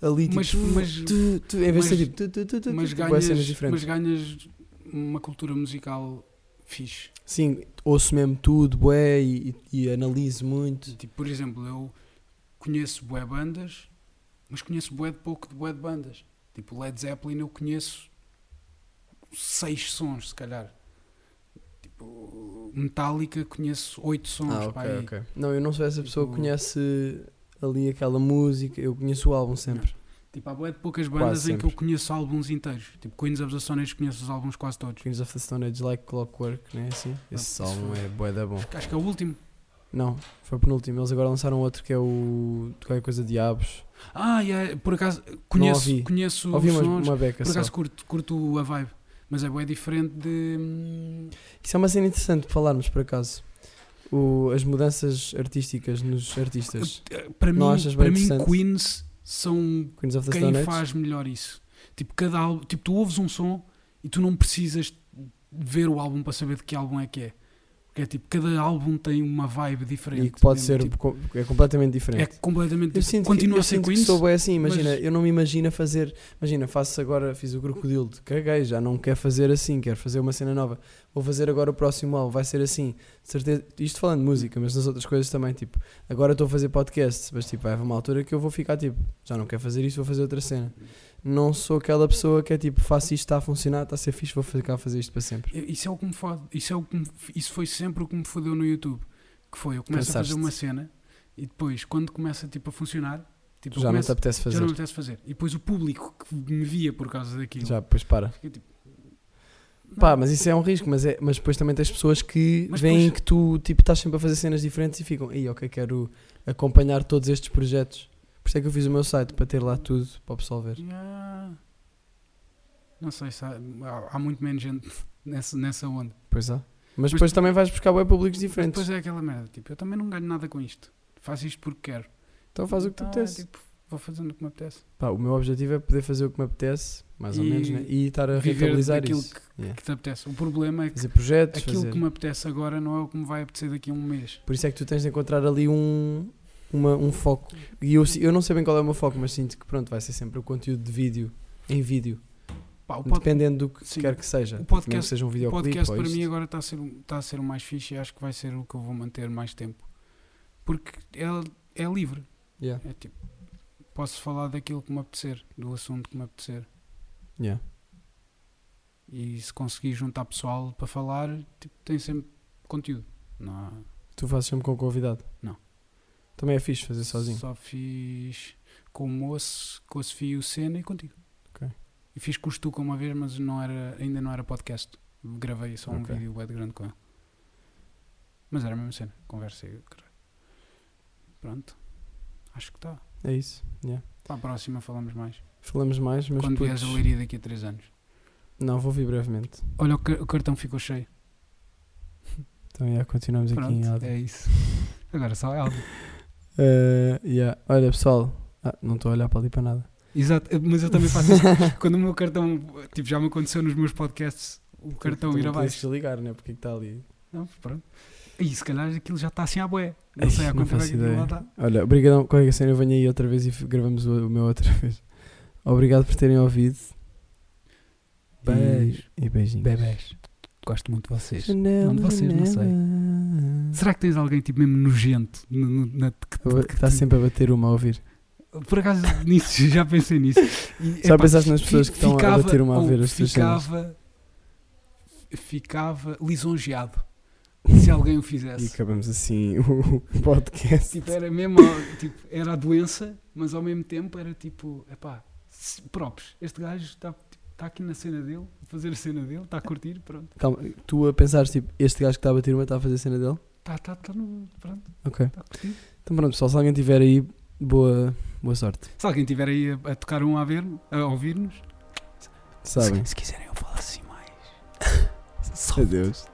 Speaker 1: ali, tipo,
Speaker 2: Mas-
Speaker 1: tu,
Speaker 2: mas-
Speaker 1: tu, tu, em vez de
Speaker 2: mas-
Speaker 1: ser tipo, tu, tu, tu, tu,
Speaker 2: Mas
Speaker 1: tu, bué cenas
Speaker 2: ganhas,
Speaker 1: diferentes.
Speaker 2: mas ganhas uma cultura musical fixe.
Speaker 1: Sim, ouço mesmo tudo, bué, e, e- e analiso muito.
Speaker 2: Tipo, por exemplo, eu conheço bué bandas, mas conheço bué de pouco de bué de bandas. Tipo, Led Zeppelin eu conheço seis sons, se calhar. Tipo, Metallica conheço oito sons,
Speaker 1: Ah,
Speaker 2: pá,
Speaker 1: ok,
Speaker 2: aí.
Speaker 1: ok. Não, eu não sou essa pessoa que
Speaker 2: Tipo-
Speaker 1: conhece ali aquela música, eu conheço o álbum sempre.
Speaker 2: Tipo, há bué de poucas bandas em que
Speaker 1: sempre.
Speaker 2: eu conheço álbuns inteiros. Tipo, Queens of the Stone Age conheço os álbuns quase todos.
Speaker 1: Queens of the Stone Age, Like Clockwork, né? Assim. Esse
Speaker 2: isso
Speaker 1: álbum
Speaker 2: foi-
Speaker 1: é bué da bom.
Speaker 2: Acho que é o último.
Speaker 1: Não, foi o penúltimo. Eles agora lançaram outro que é o. de qualquer coisa Diabos.
Speaker 2: Ah, yeah, por acaso, conheço,
Speaker 1: ouvi.
Speaker 2: conheço
Speaker 1: Ouvi
Speaker 2: os
Speaker 1: uma,
Speaker 2: sons.
Speaker 1: uma beca
Speaker 2: por
Speaker 1: só.
Speaker 2: acaso, curto, curto a vibe. Mas é bué diferente de... hum,
Speaker 1: Isso é uma cena interessante de falarmos, por acaso. O, as mudanças artísticas nos artistas.
Speaker 2: eh, Para mim,
Speaker 1: Não achas bem
Speaker 2: para mim
Speaker 1: interessante?
Speaker 2: Queens são
Speaker 1: Queens of the
Speaker 2: quem
Speaker 1: Stone Age.
Speaker 2: faz melhor isso. Tipo, cada álbum, tipo, tu ouves um som e tu não precisas ver o álbum para saber de que álbum é que é. Porque é tipo, cada álbum tem uma vibe diferente.
Speaker 1: E que pode
Speaker 2: mesmo,
Speaker 1: ser
Speaker 2: tipo,
Speaker 1: co- é completamente
Speaker 2: é
Speaker 1: diferente.
Speaker 2: completamente
Speaker 1: eu
Speaker 2: diferente.
Speaker 1: sinto
Speaker 2: Continua
Speaker 1: que,
Speaker 2: a
Speaker 1: eu
Speaker 2: ser
Speaker 1: sinto que
Speaker 2: Queens.
Speaker 1: sou bué assim, imagina,
Speaker 2: mas-
Speaker 1: eu não me imagino a fazer, imagina, faço agora, fiz o crocodilo, de caguei, já não quero fazer assim, quero fazer uma cena nova. Vou fazer agora o próximo álbum, vai ser assim. De certeza, isto falando de música, mas nas outras coisas também, tipo, agora estou a fazer podcasts, mas tipo, vai haver uma altura que eu vou ficar tipo, já não quero fazer isto, vou fazer outra cena. Não sou aquela pessoa que é tipo, faço isto, está a funcionar, está a ser fixe, vou ficar a fazer isto para sempre.
Speaker 2: Eu- Isso é o que me fode. Isso, é o que me- isso foi sempre o que me fodeu no YouTube. Que foi, eu começo a fazer
Speaker 1: Cansaste-te.
Speaker 2: uma cena e depois, quando começa tipo, a funcionar, tipo, eu
Speaker 1: Já não te
Speaker 2: começo,
Speaker 1: apetece
Speaker 2: já não
Speaker 1: fazer.
Speaker 2: me apetece fazer. E depois o público que me via por causa daquilo.
Speaker 1: Já, depois para.
Speaker 2: Fiquei tipo,
Speaker 1: Pá, mas isso é um risco, mas, é, mas depois também tens pessoas que
Speaker 2: Mas
Speaker 1: veem
Speaker 2: depois-
Speaker 1: que tu tipo, estás sempre a fazer cenas diferentes e ficam, ei, ok, quero acompanhar todos estes projetos. Por isso é que eu fiz o meu site para ter lá tudo para o pessoal ver.
Speaker 2: "Ah, Não sei, se há, há- há muito menos gente <laughs> nessa, nessa onda.
Speaker 1: Pois há. Mas,
Speaker 2: Mas-
Speaker 1: depois também vais buscar web públicos diferentes.
Speaker 2: Depois é aquela merda, tipo, eu também não ganho nada com isto. Faço isto porque quero.
Speaker 1: então faz o que tu
Speaker 2: Então, é
Speaker 1: apetece.
Speaker 2: tipo, vou fazendo o que me apetece.
Speaker 1: Pá, o meu objetivo é poder fazer o que me apetece, mais ou
Speaker 2: E
Speaker 1: menos, né? e estar a
Speaker 2: Viver
Speaker 1: rentabilizar
Speaker 2: daquilo
Speaker 1: isso.
Speaker 2: que,
Speaker 1: Yeah.
Speaker 2: que te apetece. O problema é que
Speaker 1: Fazer projetos,
Speaker 2: aquilo
Speaker 1: fazer.
Speaker 2: que me apetece agora não é o que me vai apetecer daqui a um mês.
Speaker 1: Por isso é que tu tens de encontrar ali um, uma- um foco. E eu, eu não sei bem qual é o meu foco, mas sinto que pronto, vai ser sempre o conteúdo de vídeo, em vídeo.
Speaker 2: Pá, o, pod-
Speaker 1: Dependendo do que
Speaker 2: Sim.
Speaker 1: quer que seja.
Speaker 2: O podcast-
Speaker 1: Mesmo que seja um
Speaker 2: o
Speaker 1: videoclipe
Speaker 2: podcast
Speaker 1: ou
Speaker 2: para mim
Speaker 1: isto.
Speaker 2: agora está a, ser, um- está a ser o mais fixe e acho que vai ser o que eu vou manter mais tempo. Porque é, é livre.
Speaker 1: Yeah,
Speaker 2: É tipo, posso falar daquilo que me apetecer, do assunto que me apetecer.
Speaker 1: yeah.
Speaker 2: E se conseguir juntar pessoal para falar, tipo, tem sempre conteúdo. Não há-
Speaker 1: Tu fazes sempre com o convidado?
Speaker 2: Não.
Speaker 1: Também é fixe fazer sozinho.
Speaker 2: Só fiz com o moço, com a Sofia e o Senna e contigo.
Speaker 1: Ok.
Speaker 2: E fiz com o Stuca uma vez, mas não era, ainda não era podcast. Gravei só um
Speaker 1: Ok.
Speaker 2: vídeo bem grande com ele. Mas era a mesma cena, conversa e o caralho. Pronto. Acho que está.
Speaker 1: É isso. yeah.
Speaker 2: Para a próxima falamos mais.
Speaker 1: Falamos mais, mas
Speaker 2: Quando
Speaker 1: putos...
Speaker 2: vieres a Leiria daqui a 3 anos.
Speaker 1: Não, vou vir brevemente.
Speaker 2: Olha, o ca- o cartão ficou cheio.
Speaker 1: Então, yeah, continuamos aqui em
Speaker 2: Pronto,
Speaker 1: áudio.
Speaker 2: é isso. <laughs> Agora só é áudio.
Speaker 1: Eh, yeah. Olha, pessoal. Ah, não estou a olhar para ali para nada.
Speaker 2: Exato, mas eu
Speaker 1: <laughs>
Speaker 2: também faço isso. Quando o meu cartão, tipo, já me aconteceu nos meus podcasts,
Speaker 1: Tipo,
Speaker 2: o cartão ir
Speaker 1: Também podes
Speaker 2: abaixo.
Speaker 1: desligar, né? Porque é que está ali.
Speaker 2: Não, pronto. E se calhar aquilo já está assim à boé.
Speaker 1: Ai,
Speaker 2: Não sei há
Speaker 1: não
Speaker 2: quanto tempo é
Speaker 1: faço
Speaker 2: que aquilo
Speaker 1: ideia.
Speaker 2: lá está.
Speaker 1: Olha, obrigadão. Qualquer cena eu venho aí outra vez e f- gravamos o, o meu outra <laughs> vez. Obrigado por terem ouvido.
Speaker 2: Beijo.
Speaker 1: E, e beijinhos.
Speaker 2: Bebés. Gosto muito de vocês.
Speaker 1: Janela,
Speaker 2: Não, de vocês, não sei.
Speaker 1: janela.
Speaker 2: Será que tens alguém, tipo, mesmo nojento? no- no- na- que-
Speaker 1: Está tá sempre a bater uma a ouvir.
Speaker 2: Por acaso, <laughs> nisso, já pensei nisso. E,
Speaker 1: Já
Speaker 2: epá,
Speaker 1: pensaste nas pessoas
Speaker 2: fi-
Speaker 1: que estão a
Speaker 2: ficava-
Speaker 1: bater uma a
Speaker 2: ou
Speaker 1: ver as tuas cenas?
Speaker 2: ficava, ficava lisonjeado se alguém o
Speaker 1: E
Speaker 2: fizesse.
Speaker 1: acabamos assim <laughs> o podcast.
Speaker 2: Tipo, era mesmo, ao- tipo, era a doença, mas ao mesmo tempo era tipo, epá, se- props, este gajo está está aqui na cena dele, a fazer a cena dele, está a curtir, pronto.
Speaker 1: Calma, tu a pensares, tipo, este gajo que está a bater uma está a fazer a cena dele?
Speaker 2: Está tá, tá no, pronto,
Speaker 1: Ok.
Speaker 2: está a curtir.
Speaker 1: Então pronto, pessoal, se alguém tiver aí, boa, boa sorte.
Speaker 2: Se alguém estiver aí a, a tocar um a ver, a ouvir-nos,
Speaker 1: Sabem?
Speaker 2: se quiserem eu falo assim mais.
Speaker 1: Adeus.